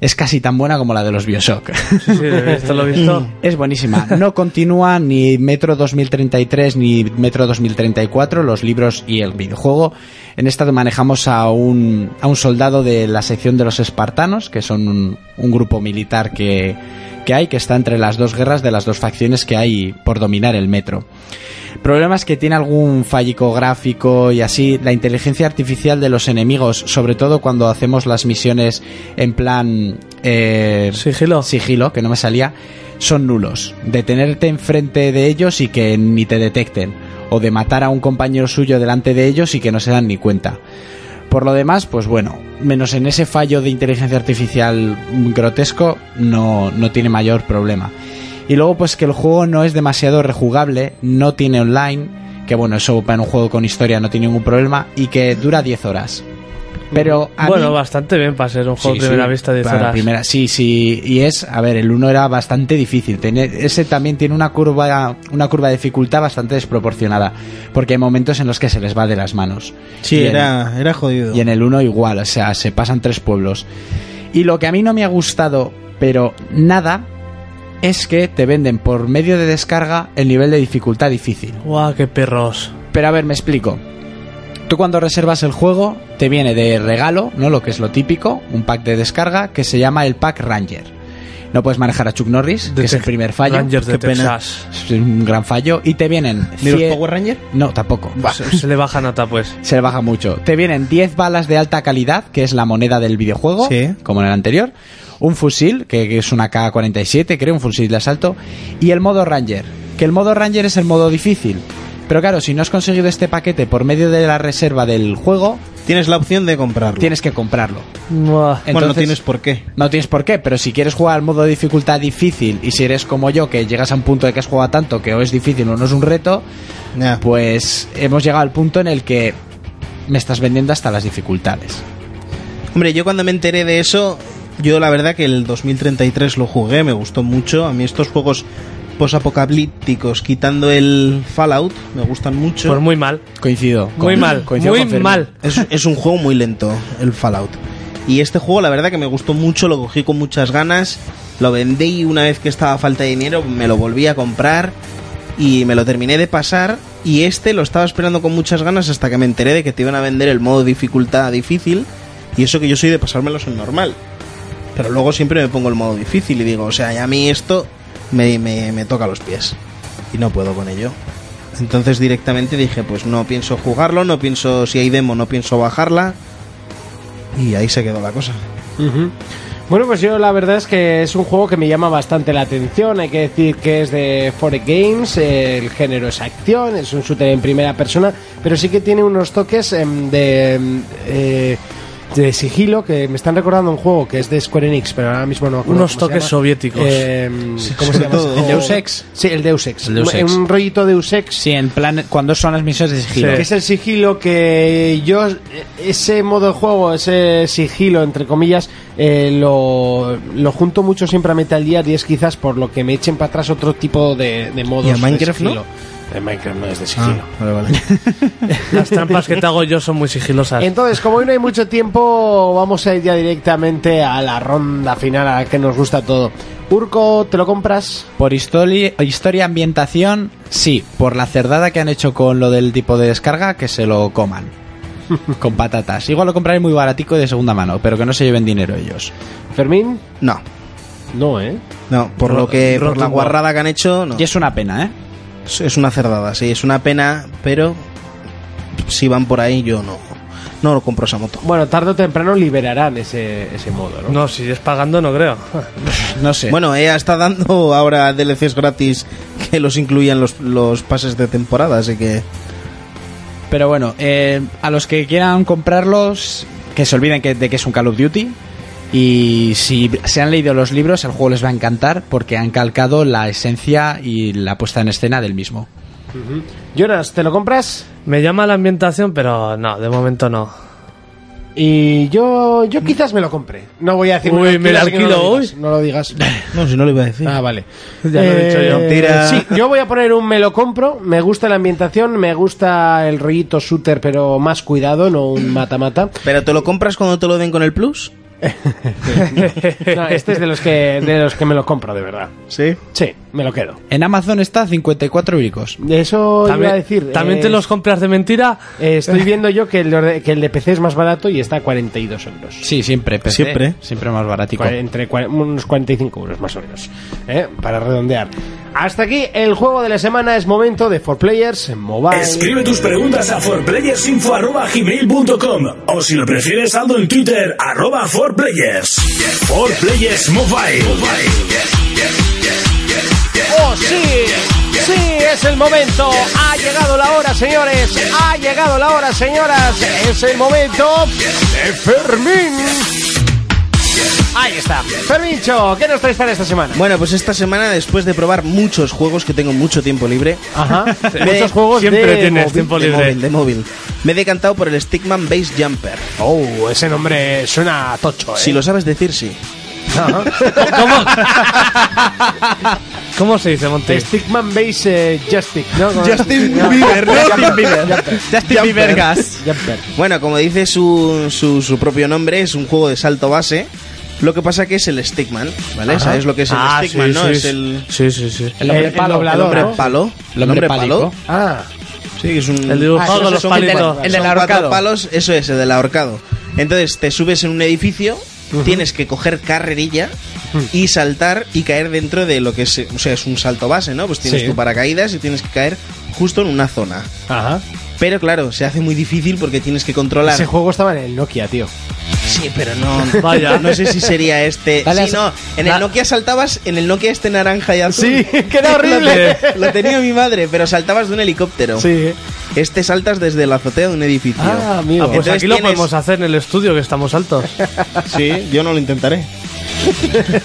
[SPEAKER 4] Es casi tan buena como la de los Bioshock.
[SPEAKER 6] Sí, sí, lo he visto, lo he visto.
[SPEAKER 4] Es buenísima. No continúa ni Metro 2033 ni Metro 2034, los libros y el videojuego. En esta manejamos a un, a un soldado de la sección de los espartanos, que son un, un grupo militar que, que hay, que está entre las dos guerras de las dos facciones que hay por dominar el metro. Problemas que tiene algún fallico gráfico y así, la inteligencia artificial de los enemigos, sobre todo cuando hacemos las misiones en plan... eh,
[SPEAKER 6] Sigilo.
[SPEAKER 4] sigilo, que no me salía, son nulos. Detenerte enfrente de ellos y que ni te detecten. O de matar a un compañero suyo delante de ellos y que no se dan ni cuenta. Por lo demás, pues bueno, menos en ese fallo de inteligencia artificial grotesco, no, no tiene mayor problema. Y luego, pues que el juego no es demasiado rejugable, no tiene online, que bueno, eso para un juego con historia no tiene ningún problema, y que dura 10 horas. Pero a
[SPEAKER 6] Bueno,
[SPEAKER 4] mí-
[SPEAKER 6] bastante bien para ser un juego
[SPEAKER 4] Sí,
[SPEAKER 6] de primera
[SPEAKER 4] sí,
[SPEAKER 6] vista de
[SPEAKER 4] para
[SPEAKER 6] horas.
[SPEAKER 4] primera- sí, sí, y es, a ver, el 1 era bastante difícil. Tiene- ese también tiene una curva, una curva de dificultad bastante desproporcionada, porque hay momentos en los que se les va de las manos.
[SPEAKER 5] Sí,
[SPEAKER 4] Y en-
[SPEAKER 5] era, era jodido.
[SPEAKER 4] y en el 1 igual, o sea, se pasan tres pueblos. Y lo que a mí no me ha gustado, pero nada, es que te venden por medio de descarga el nivel de dificultad difícil.
[SPEAKER 6] Guau, qué perros.
[SPEAKER 4] Pero a ver, me explico. Tú cuando reservas el juego te viene de regalo, ¿no? Lo que es lo típico, un pack de descarga que se llama el pack Ranger. No puedes manejar a Chuck Norris, que es el
[SPEAKER 6] Detec-
[SPEAKER 4] primer fallo.
[SPEAKER 6] Rangers de
[SPEAKER 4] Qué pena.
[SPEAKER 6] Texas.
[SPEAKER 4] Es un gran fallo. Y te vienen...
[SPEAKER 5] ¿Ni los
[SPEAKER 4] cien-
[SPEAKER 5] Power Rangers?
[SPEAKER 4] No, tampoco.
[SPEAKER 6] Se, se le baja nota, pues.
[SPEAKER 4] Se le baja mucho. Te vienen 10 balas de alta calidad, que es la moneda del videojuego,
[SPEAKER 5] Sí.
[SPEAKER 4] como en el anterior. Un fusil, que, que es una K-47, creo, un fusil de asalto. Y el modo Ranger, que el modo Ranger es el modo difícil. Pero claro, si no has conseguido este paquete por medio de la reserva del juego,
[SPEAKER 5] Tienes la opción de comprarlo.
[SPEAKER 4] tienes que comprarlo.
[SPEAKER 6] Buah.
[SPEAKER 5] bueno, no
[SPEAKER 4] Entonces-
[SPEAKER 5] tienes por qué.
[SPEAKER 4] No tienes por qué, pero si quieres jugar al modo de dificultad difícil y si eres como yo, que llegas a un punto de que has jugado tanto que o es difícil o no es un reto,
[SPEAKER 5] Ya.
[SPEAKER 4] pues hemos llegado al punto en el que me estás vendiendo hasta las dificultades.
[SPEAKER 5] Hombre, yo cuando me enteré de eso, yo la verdad que el 2033 lo jugué, me gustó mucho. A mí estos juegos posapocalípticos, quitando el Fallout, me gustan mucho.
[SPEAKER 6] Pues muy mal.
[SPEAKER 4] Coincido.
[SPEAKER 6] Muy
[SPEAKER 4] con-
[SPEAKER 6] mal.
[SPEAKER 4] coincido
[SPEAKER 6] muy
[SPEAKER 4] con Fermín.
[SPEAKER 6] mal.
[SPEAKER 5] Es, es un juego muy lento, el Fallout. Y este juego, la verdad que me gustó mucho, lo cogí con muchas ganas, lo vendí y una vez que estaba a falta de dinero me lo volví a comprar y me lo terminé de pasar. Y este lo estaba esperando con muchas ganas hasta que me enteré de que te iban a vender el modo dificultad difícil. Y eso que yo soy de pasármelos en normal. Pero luego siempre me pongo el modo difícil y digo, o sea, ya a mí esto me, me, me toca los pies. Y no puedo con ello. Entonces directamente dije, pues no pienso jugarlo, no pienso, si hay demo, no pienso bajarla. Y ahí se quedó la cosa.
[SPEAKER 2] Ujú. Bueno, pues yo la verdad es que es un juego que me llama bastante la atención. Hay que decir que es de Forex Games, eh, el género es acción, es un shooter en primera persona, pero sí que tiene unos toques em, de, em, eh, de sigilo que me están recordando un juego que es de Square Enix, pero ahora mismo no. me acuerdo
[SPEAKER 6] Unos
[SPEAKER 2] cómo se
[SPEAKER 6] toques
[SPEAKER 2] llama.
[SPEAKER 6] soviéticos.
[SPEAKER 2] Em, ¿Cómo se
[SPEAKER 5] sobre
[SPEAKER 2] llama? ese
[SPEAKER 5] todo.
[SPEAKER 2] juego?
[SPEAKER 5] ¿El Deus
[SPEAKER 4] Ex?
[SPEAKER 2] Sí, el Deus Ex.
[SPEAKER 4] El Deus Ex.
[SPEAKER 2] Un rollito Deus Ex.
[SPEAKER 4] Sí, en plan, cuando son las misiones de sigilo.
[SPEAKER 2] Que es el sigilo que yo, ese modo de juego, ese sigilo, entre comillas, eh, lo, lo junto mucho siempre a Metal Gear y es quizás por lo que me echen para atrás otro tipo de, de modos.
[SPEAKER 5] ¿Y a Minecraft
[SPEAKER 2] de
[SPEAKER 5] no?
[SPEAKER 2] sigilo. Eh, Minecraft no es de
[SPEAKER 4] Ah,
[SPEAKER 2] sigilo.
[SPEAKER 5] vale, vale.
[SPEAKER 6] Las trampas que te hago yo son muy
[SPEAKER 5] Ah.
[SPEAKER 6] sigilosas.
[SPEAKER 2] Entonces, como hoy no hay mucho tiempo, vamos a ir ya directamente a la ronda final, a la que nos gusta todo. Urco, ¿te lo compras?
[SPEAKER 4] Por histori- historia, ambientación, sí. Por la cerdada que han hecho con lo del tipo de descarga, que se lo coman. con patatas. Igual lo compraré muy baratico y de segunda mano, pero que no se lleven dinero ellos.
[SPEAKER 2] Fermín,
[SPEAKER 5] No,
[SPEAKER 2] no, ¿eh?
[SPEAKER 5] no, por lo que, por la guarrada que han hecho, no.
[SPEAKER 4] Y es una pena, ¿eh?
[SPEAKER 5] Es es una cerdada, sí, es una pena, pero si van por ahí yo no, no lo compro esa moto.
[SPEAKER 2] Bueno, tarde o temprano liberarán ese, ese modo, ¿no?
[SPEAKER 6] No, si es pagando, no creo.
[SPEAKER 4] No sé.
[SPEAKER 5] Bueno, EA está dando ahora DLCs gratis que los incluyan los, los pases de temporada, así que...
[SPEAKER 4] Pero bueno, eh, a los que quieran comprarlos, que se olviden que, de que es un Call of Duty. Y si se han leído los libros, el juego les va a encantar porque han calcado la esencia y la puesta en escena del mismo.
[SPEAKER 2] Jonas, ¿te lo compras?
[SPEAKER 6] Me llama la ambientación, pero no, de momento no.
[SPEAKER 2] Y yo, yo quizás me lo compré. No voy a decir.
[SPEAKER 6] Uy,
[SPEAKER 2] lo
[SPEAKER 6] me lo
[SPEAKER 2] alquilas, que
[SPEAKER 6] alquilo
[SPEAKER 2] no
[SPEAKER 6] hoy.
[SPEAKER 2] digas, No lo digas.
[SPEAKER 5] No, si no lo iba a decir.
[SPEAKER 2] Ah, vale.
[SPEAKER 6] Ya lo he dicho yo.
[SPEAKER 5] Tira.
[SPEAKER 2] Sí, yo voy a poner un me lo compro. Me gusta la ambientación, me gusta el rollito shooter, pero más cuidado, no un mata-mata.
[SPEAKER 5] ¿Pero te lo compras cuando te lo den con el plus?
[SPEAKER 2] No, este es de los que de los que me lo compro, de verdad.
[SPEAKER 5] Sí.
[SPEAKER 2] Sí, me lo quedo.
[SPEAKER 4] En Amazon está a 54 euricos.
[SPEAKER 2] Eso iba a decir.
[SPEAKER 6] ¿también
[SPEAKER 2] eh,
[SPEAKER 6] te los compras de mentira?
[SPEAKER 2] eh, estoy viendo yo que el, de, que el de PC es más barato y está a 42 euros.
[SPEAKER 4] Sí, siempre, PC.
[SPEAKER 5] Siempre.
[SPEAKER 4] Siempre más baratico.
[SPEAKER 2] Cua- entre cua- unos 45 euros más o menos, ¿eh? para redondear. Hasta aquí el juego de la semana. Es momento de 4Players Mobile.
[SPEAKER 1] Escribe tus preguntas a forplayersinfo@gmail.com o si lo prefieres saldo en Twitter arroba forplayers. Forplayers Mobile.
[SPEAKER 2] ¡Oh, sí! ¡Sí, es el momento! ¡Ha llegado la hora, señores! ¡Ha llegado la hora, señoras! ¡Es el momento de Fermín! Ahí está. Fermincho, ¿qué nos traes para esta semana?
[SPEAKER 5] Bueno, pues esta semana, después de probar muchos juegos, que tengo mucho tiempo libre,
[SPEAKER 2] Ajá.
[SPEAKER 5] Me-
[SPEAKER 2] Muchos juegos
[SPEAKER 6] siempre
[SPEAKER 2] de
[SPEAKER 6] tienes
[SPEAKER 2] móvil.
[SPEAKER 6] tiempo
[SPEAKER 5] de
[SPEAKER 6] libre.
[SPEAKER 5] móvil, de móvil, me he decantado por el Stickman Base Jumper.
[SPEAKER 2] Oh, ese nombre suena tocho, ¿eh?
[SPEAKER 5] Si lo sabes decir, sí.
[SPEAKER 2] Ajá.
[SPEAKER 6] ¿Cómo? ¿Cómo se dice, Monte?
[SPEAKER 2] Stickman Base eh, Justic, ¿no? Con-
[SPEAKER 5] Bieber,
[SPEAKER 2] Jumper, Jumper,
[SPEAKER 4] Justin Bieber Gas.
[SPEAKER 2] Jumper.
[SPEAKER 5] Bueno, como dice su, su, su propio nombre, es un juego de salto base. Lo que pasa que es el Stickman, ¿vale? ¿Sabes lo que es el
[SPEAKER 6] Ah,
[SPEAKER 5] Stickman,
[SPEAKER 6] sí,
[SPEAKER 5] no?
[SPEAKER 6] sí,
[SPEAKER 5] es
[SPEAKER 6] sí.
[SPEAKER 5] el,
[SPEAKER 6] Sí, sí, sí.
[SPEAKER 4] El hombre
[SPEAKER 2] El- el
[SPEAKER 4] palo.
[SPEAKER 2] doblador,
[SPEAKER 5] hombre
[SPEAKER 2] ¿no?
[SPEAKER 5] palo.
[SPEAKER 4] El hombre
[SPEAKER 5] palo.
[SPEAKER 4] pálico.
[SPEAKER 2] Ah,
[SPEAKER 5] Sí, que es un...
[SPEAKER 6] El dibujado
[SPEAKER 5] Ah,
[SPEAKER 6] con
[SPEAKER 5] son-
[SPEAKER 6] los
[SPEAKER 5] son
[SPEAKER 6] palitos.
[SPEAKER 5] cuatro-
[SPEAKER 4] El del
[SPEAKER 5] son
[SPEAKER 4] ahorcado.
[SPEAKER 5] cuatro palos, eso es, el del ahorcado. Entonces te subes en un edificio, tienes que coger carrerilla y saltar y caer dentro de lo que es, o sea, es un salto base, ¿no? Pues tienes
[SPEAKER 2] Sí.
[SPEAKER 5] tu paracaídas y tienes que caer justo en una zona.
[SPEAKER 2] ajá.
[SPEAKER 5] Pero claro, se hace muy difícil porque tienes que controlar.
[SPEAKER 2] Ese juego estaba en el Nokia, tío.
[SPEAKER 5] Sí, pero no.
[SPEAKER 6] Vaya.
[SPEAKER 5] No sé si sería este.
[SPEAKER 4] Dale
[SPEAKER 5] sí,
[SPEAKER 4] a-
[SPEAKER 5] no. En el
[SPEAKER 6] da-
[SPEAKER 5] Nokia saltabas, en el Nokia este naranja y azul.
[SPEAKER 2] Sí, que era
[SPEAKER 5] Lo
[SPEAKER 2] horrible.
[SPEAKER 5] te- Lo, tenía mi madre, pero saltabas de un helicóptero.
[SPEAKER 2] Sí.
[SPEAKER 5] Este saltas desde la azotea de un edificio.
[SPEAKER 2] Ah, amigo.
[SPEAKER 6] Ah, pues
[SPEAKER 5] Entonces
[SPEAKER 6] aquí lo
[SPEAKER 5] tienes-
[SPEAKER 6] podemos hacer en el estudio, que estamos altos.
[SPEAKER 5] Sí, yo no lo intentaré.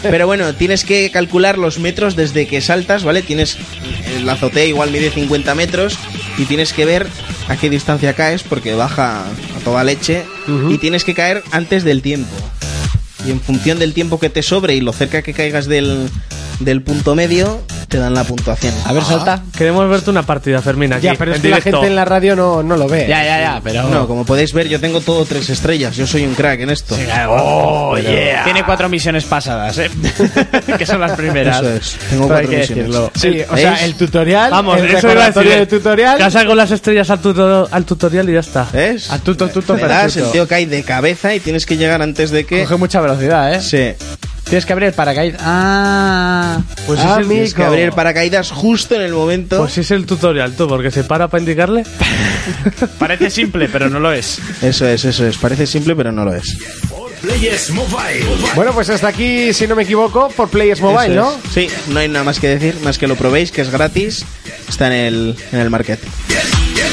[SPEAKER 5] Pero bueno, tienes que calcular los metros desde que saltas, ¿vale? Tienes eh, la azotea igual mide 50 metros y tienes que ver a qué distancia caes porque baja a toda leche y tienes que caer antes del tiempo. Y en función del tiempo que te sobre y lo cerca que caigas del, del punto medio, te dan la puntuación.
[SPEAKER 4] A ver, salta.
[SPEAKER 6] Queremos verte una partida, Fermín, aquí,
[SPEAKER 2] Ya, pero es
[SPEAKER 6] en
[SPEAKER 2] que la
[SPEAKER 6] directo.
[SPEAKER 2] gente en la radio no, no lo ve.
[SPEAKER 4] Ya, ya, ya, pero.
[SPEAKER 5] No, como podéis ver, yo tengo todo tres estrellas. Yo soy un crack en esto.
[SPEAKER 4] Oh, yeah. Tiene cuatro misiones pasadas, ¿eh? que son las primeras.
[SPEAKER 5] Eso es. Tengo
[SPEAKER 4] Pero hay
[SPEAKER 5] cuatro
[SPEAKER 4] que
[SPEAKER 5] misiones.
[SPEAKER 4] decirlo.
[SPEAKER 2] Sí, o
[SPEAKER 5] ¿Veis?
[SPEAKER 2] sea, el tutorial,
[SPEAKER 6] Vamos,
[SPEAKER 2] el
[SPEAKER 6] eso iba a decir.
[SPEAKER 2] recordatorio
[SPEAKER 6] eh.
[SPEAKER 2] del tutorial.
[SPEAKER 6] Casa con las estrellas al, tuto- al tutorial y ya está.
[SPEAKER 5] ¿Ves?
[SPEAKER 4] A tuto, tuto,
[SPEAKER 5] Le
[SPEAKER 4] pero
[SPEAKER 5] das,
[SPEAKER 4] tuto.
[SPEAKER 5] el tío cae de cabeza y tienes que llegar antes de que...
[SPEAKER 4] Coge mucha velocidad, ¿eh?
[SPEAKER 5] Sí.
[SPEAKER 4] Tienes que abrir el paracaídas. Ah.
[SPEAKER 6] Pues
[SPEAKER 2] Ah,
[SPEAKER 6] es el,
[SPEAKER 2] mi-
[SPEAKER 5] Tienes que abrir el paracaídas justo en el momento.
[SPEAKER 6] pues es el tutorial, tú, porque se para para indicarle.
[SPEAKER 4] Parece simple, pero no lo es.
[SPEAKER 5] Eso es, eso es. Parece simple, pero no lo es.
[SPEAKER 1] Forplayers Mobile.
[SPEAKER 2] Bueno, pues hasta aquí, si no me equivoco, por Players Mobile,
[SPEAKER 5] Eso
[SPEAKER 2] ¿no?
[SPEAKER 5] es. Sí, no hay nada más que decir, más que lo probéis, que es gratis. Está en el, en el market.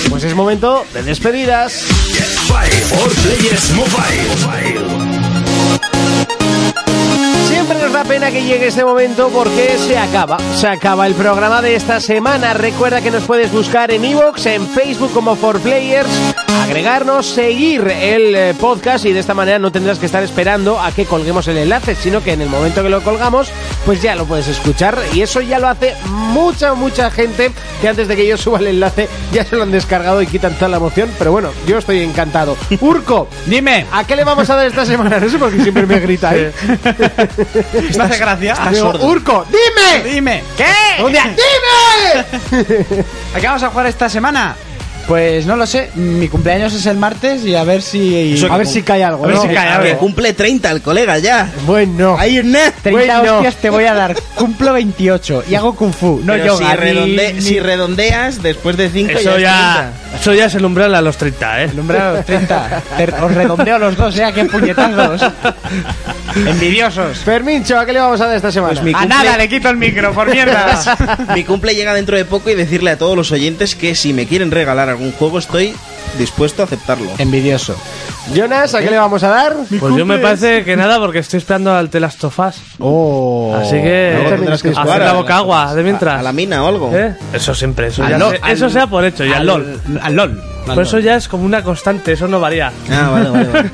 [SPEAKER 2] Pues es momento de despedidas.
[SPEAKER 1] Forplayers Mobile.
[SPEAKER 2] Siempre nos da pena que llegue este momento porque se acaba. Se acaba el programa de esta semana. Recuerda que nos puedes buscar en iVoox, en Facebook como 4Players, agregarnos, seguir el eh, podcast y de esta manera no tendrás que estar esperando a que colguemos el enlace, sino que en el momento que lo colgamos, pues ya lo puedes escuchar y eso ya lo hace mucha, mucha gente que antes de que yo suba el enlace ya se lo han descargado y quitan toda la emoción. Pero bueno, yo estoy encantado. Urco,
[SPEAKER 4] Dime.
[SPEAKER 2] ¿a qué le vamos a dar esta semana? No sé por qué siempre me grita, ¿eh?
[SPEAKER 4] ¿No hace gracia?
[SPEAKER 2] Digo, Urco, dime.
[SPEAKER 4] Dime. ¿Qué?
[SPEAKER 2] Un día, ¡Dime!
[SPEAKER 4] ¿A qué vamos a jugar esta semana? Pues no lo sé. Mi cumpleaños es el martes y a ver si.
[SPEAKER 5] Eso
[SPEAKER 2] A ver si cae algo.
[SPEAKER 4] A ver
[SPEAKER 2] ¿no?
[SPEAKER 4] si cae
[SPEAKER 5] Que
[SPEAKER 4] algo.
[SPEAKER 5] cumple 30 el colega ya.
[SPEAKER 2] Bueno.
[SPEAKER 5] Ahí net.
[SPEAKER 4] 30
[SPEAKER 2] Bueno.
[SPEAKER 4] hostias te voy a dar. Cumplo 28 y hago kung fu. No
[SPEAKER 5] Pero
[SPEAKER 4] yo
[SPEAKER 5] si, redonde- si redondeas, después de 5
[SPEAKER 6] Eso ya, eso ya es el umbral a los 30, ¿eh?
[SPEAKER 4] Nombrados 30. Te- Os redondeo los dos, ¿eh? ¡Qué puñetazos! Envidiosos.
[SPEAKER 2] Fermincho, ¿a qué le vamos a dar esta semana?
[SPEAKER 5] mi
[SPEAKER 4] A
[SPEAKER 5] cumple,
[SPEAKER 4] nada, le quito el micro, por mierdas.
[SPEAKER 5] mi cumple llega dentro de poco y decirle a todos los oyentes que si me quieren regalar algún juego estoy dispuesto a aceptarlo.
[SPEAKER 4] Envidioso.
[SPEAKER 2] Jonas, ¿a qué le vamos a dar?
[SPEAKER 6] Pues yo me parece que nada, porque estoy esperando al Telastofás.
[SPEAKER 2] Oh.
[SPEAKER 6] Así que-
[SPEAKER 5] Luego tendrás que
[SPEAKER 2] Hacer
[SPEAKER 5] jugar
[SPEAKER 6] Hacer
[SPEAKER 5] a-
[SPEAKER 6] la boca agua de
[SPEAKER 5] a,
[SPEAKER 6] mientras.
[SPEAKER 5] a la mina o algo.
[SPEAKER 6] ¿Eh? Eso siempre, eso,
[SPEAKER 4] Al
[SPEAKER 6] ya
[SPEAKER 4] LOL,
[SPEAKER 6] se- eso
[SPEAKER 4] al- Oh.
[SPEAKER 6] sea por hecho. Y al LOL.
[SPEAKER 4] Al LOL.
[SPEAKER 5] Vale,
[SPEAKER 6] Por eso
[SPEAKER 5] vale.
[SPEAKER 6] ya es como una constante, eso no varía.
[SPEAKER 5] Ah, vale, vale, vale.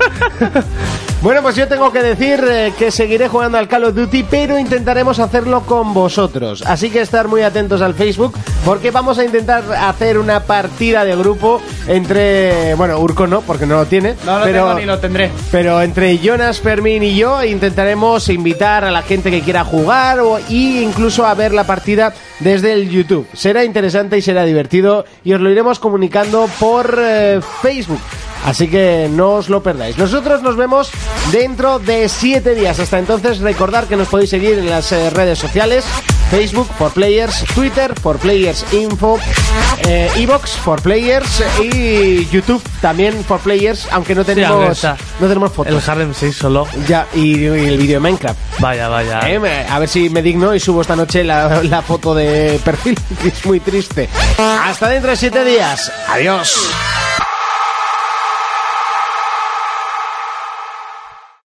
[SPEAKER 2] Bueno, pues yo tengo que decir eh, que seguiré jugando al Call of Duty, pero intentaremos hacerlo con vosotros. Así que estar muy atentos al Facebook, porque vamos a intentar hacer una partida de grupo entre. Bueno, Urco no, porque no lo tiene.
[SPEAKER 10] No lo
[SPEAKER 2] pero,
[SPEAKER 10] tengo ni lo tendré.
[SPEAKER 2] Pero entre Jonas, Fermín y yo intentaremos invitar a la gente que quiera jugar o, y incluso a ver la partida desde el YouTube. Será interesante y será divertido y os lo iremos comunicando por eh, Facebook. Así que no os lo perdáis. Nosotros nos vemos dentro de 7 días. Hasta entonces, recordad que nos podéis seguir en las eh, redes sociales. Facebook por Players, Twitter por Players Info, eh, Evox por Players y YouTube también por Players, aunque no
[SPEAKER 6] aunque
[SPEAKER 2] tenemos,
[SPEAKER 6] está.
[SPEAKER 2] no tenemos fotos.
[SPEAKER 6] El Harlem 6 solo.
[SPEAKER 2] Ya, y, y el vídeo de Minecraft.
[SPEAKER 6] Vaya, vaya.
[SPEAKER 2] Eh, me- a ver si me digno y subo esta noche la, la foto de perfil, que es muy triste. Hasta dentro de siete días. Adiós.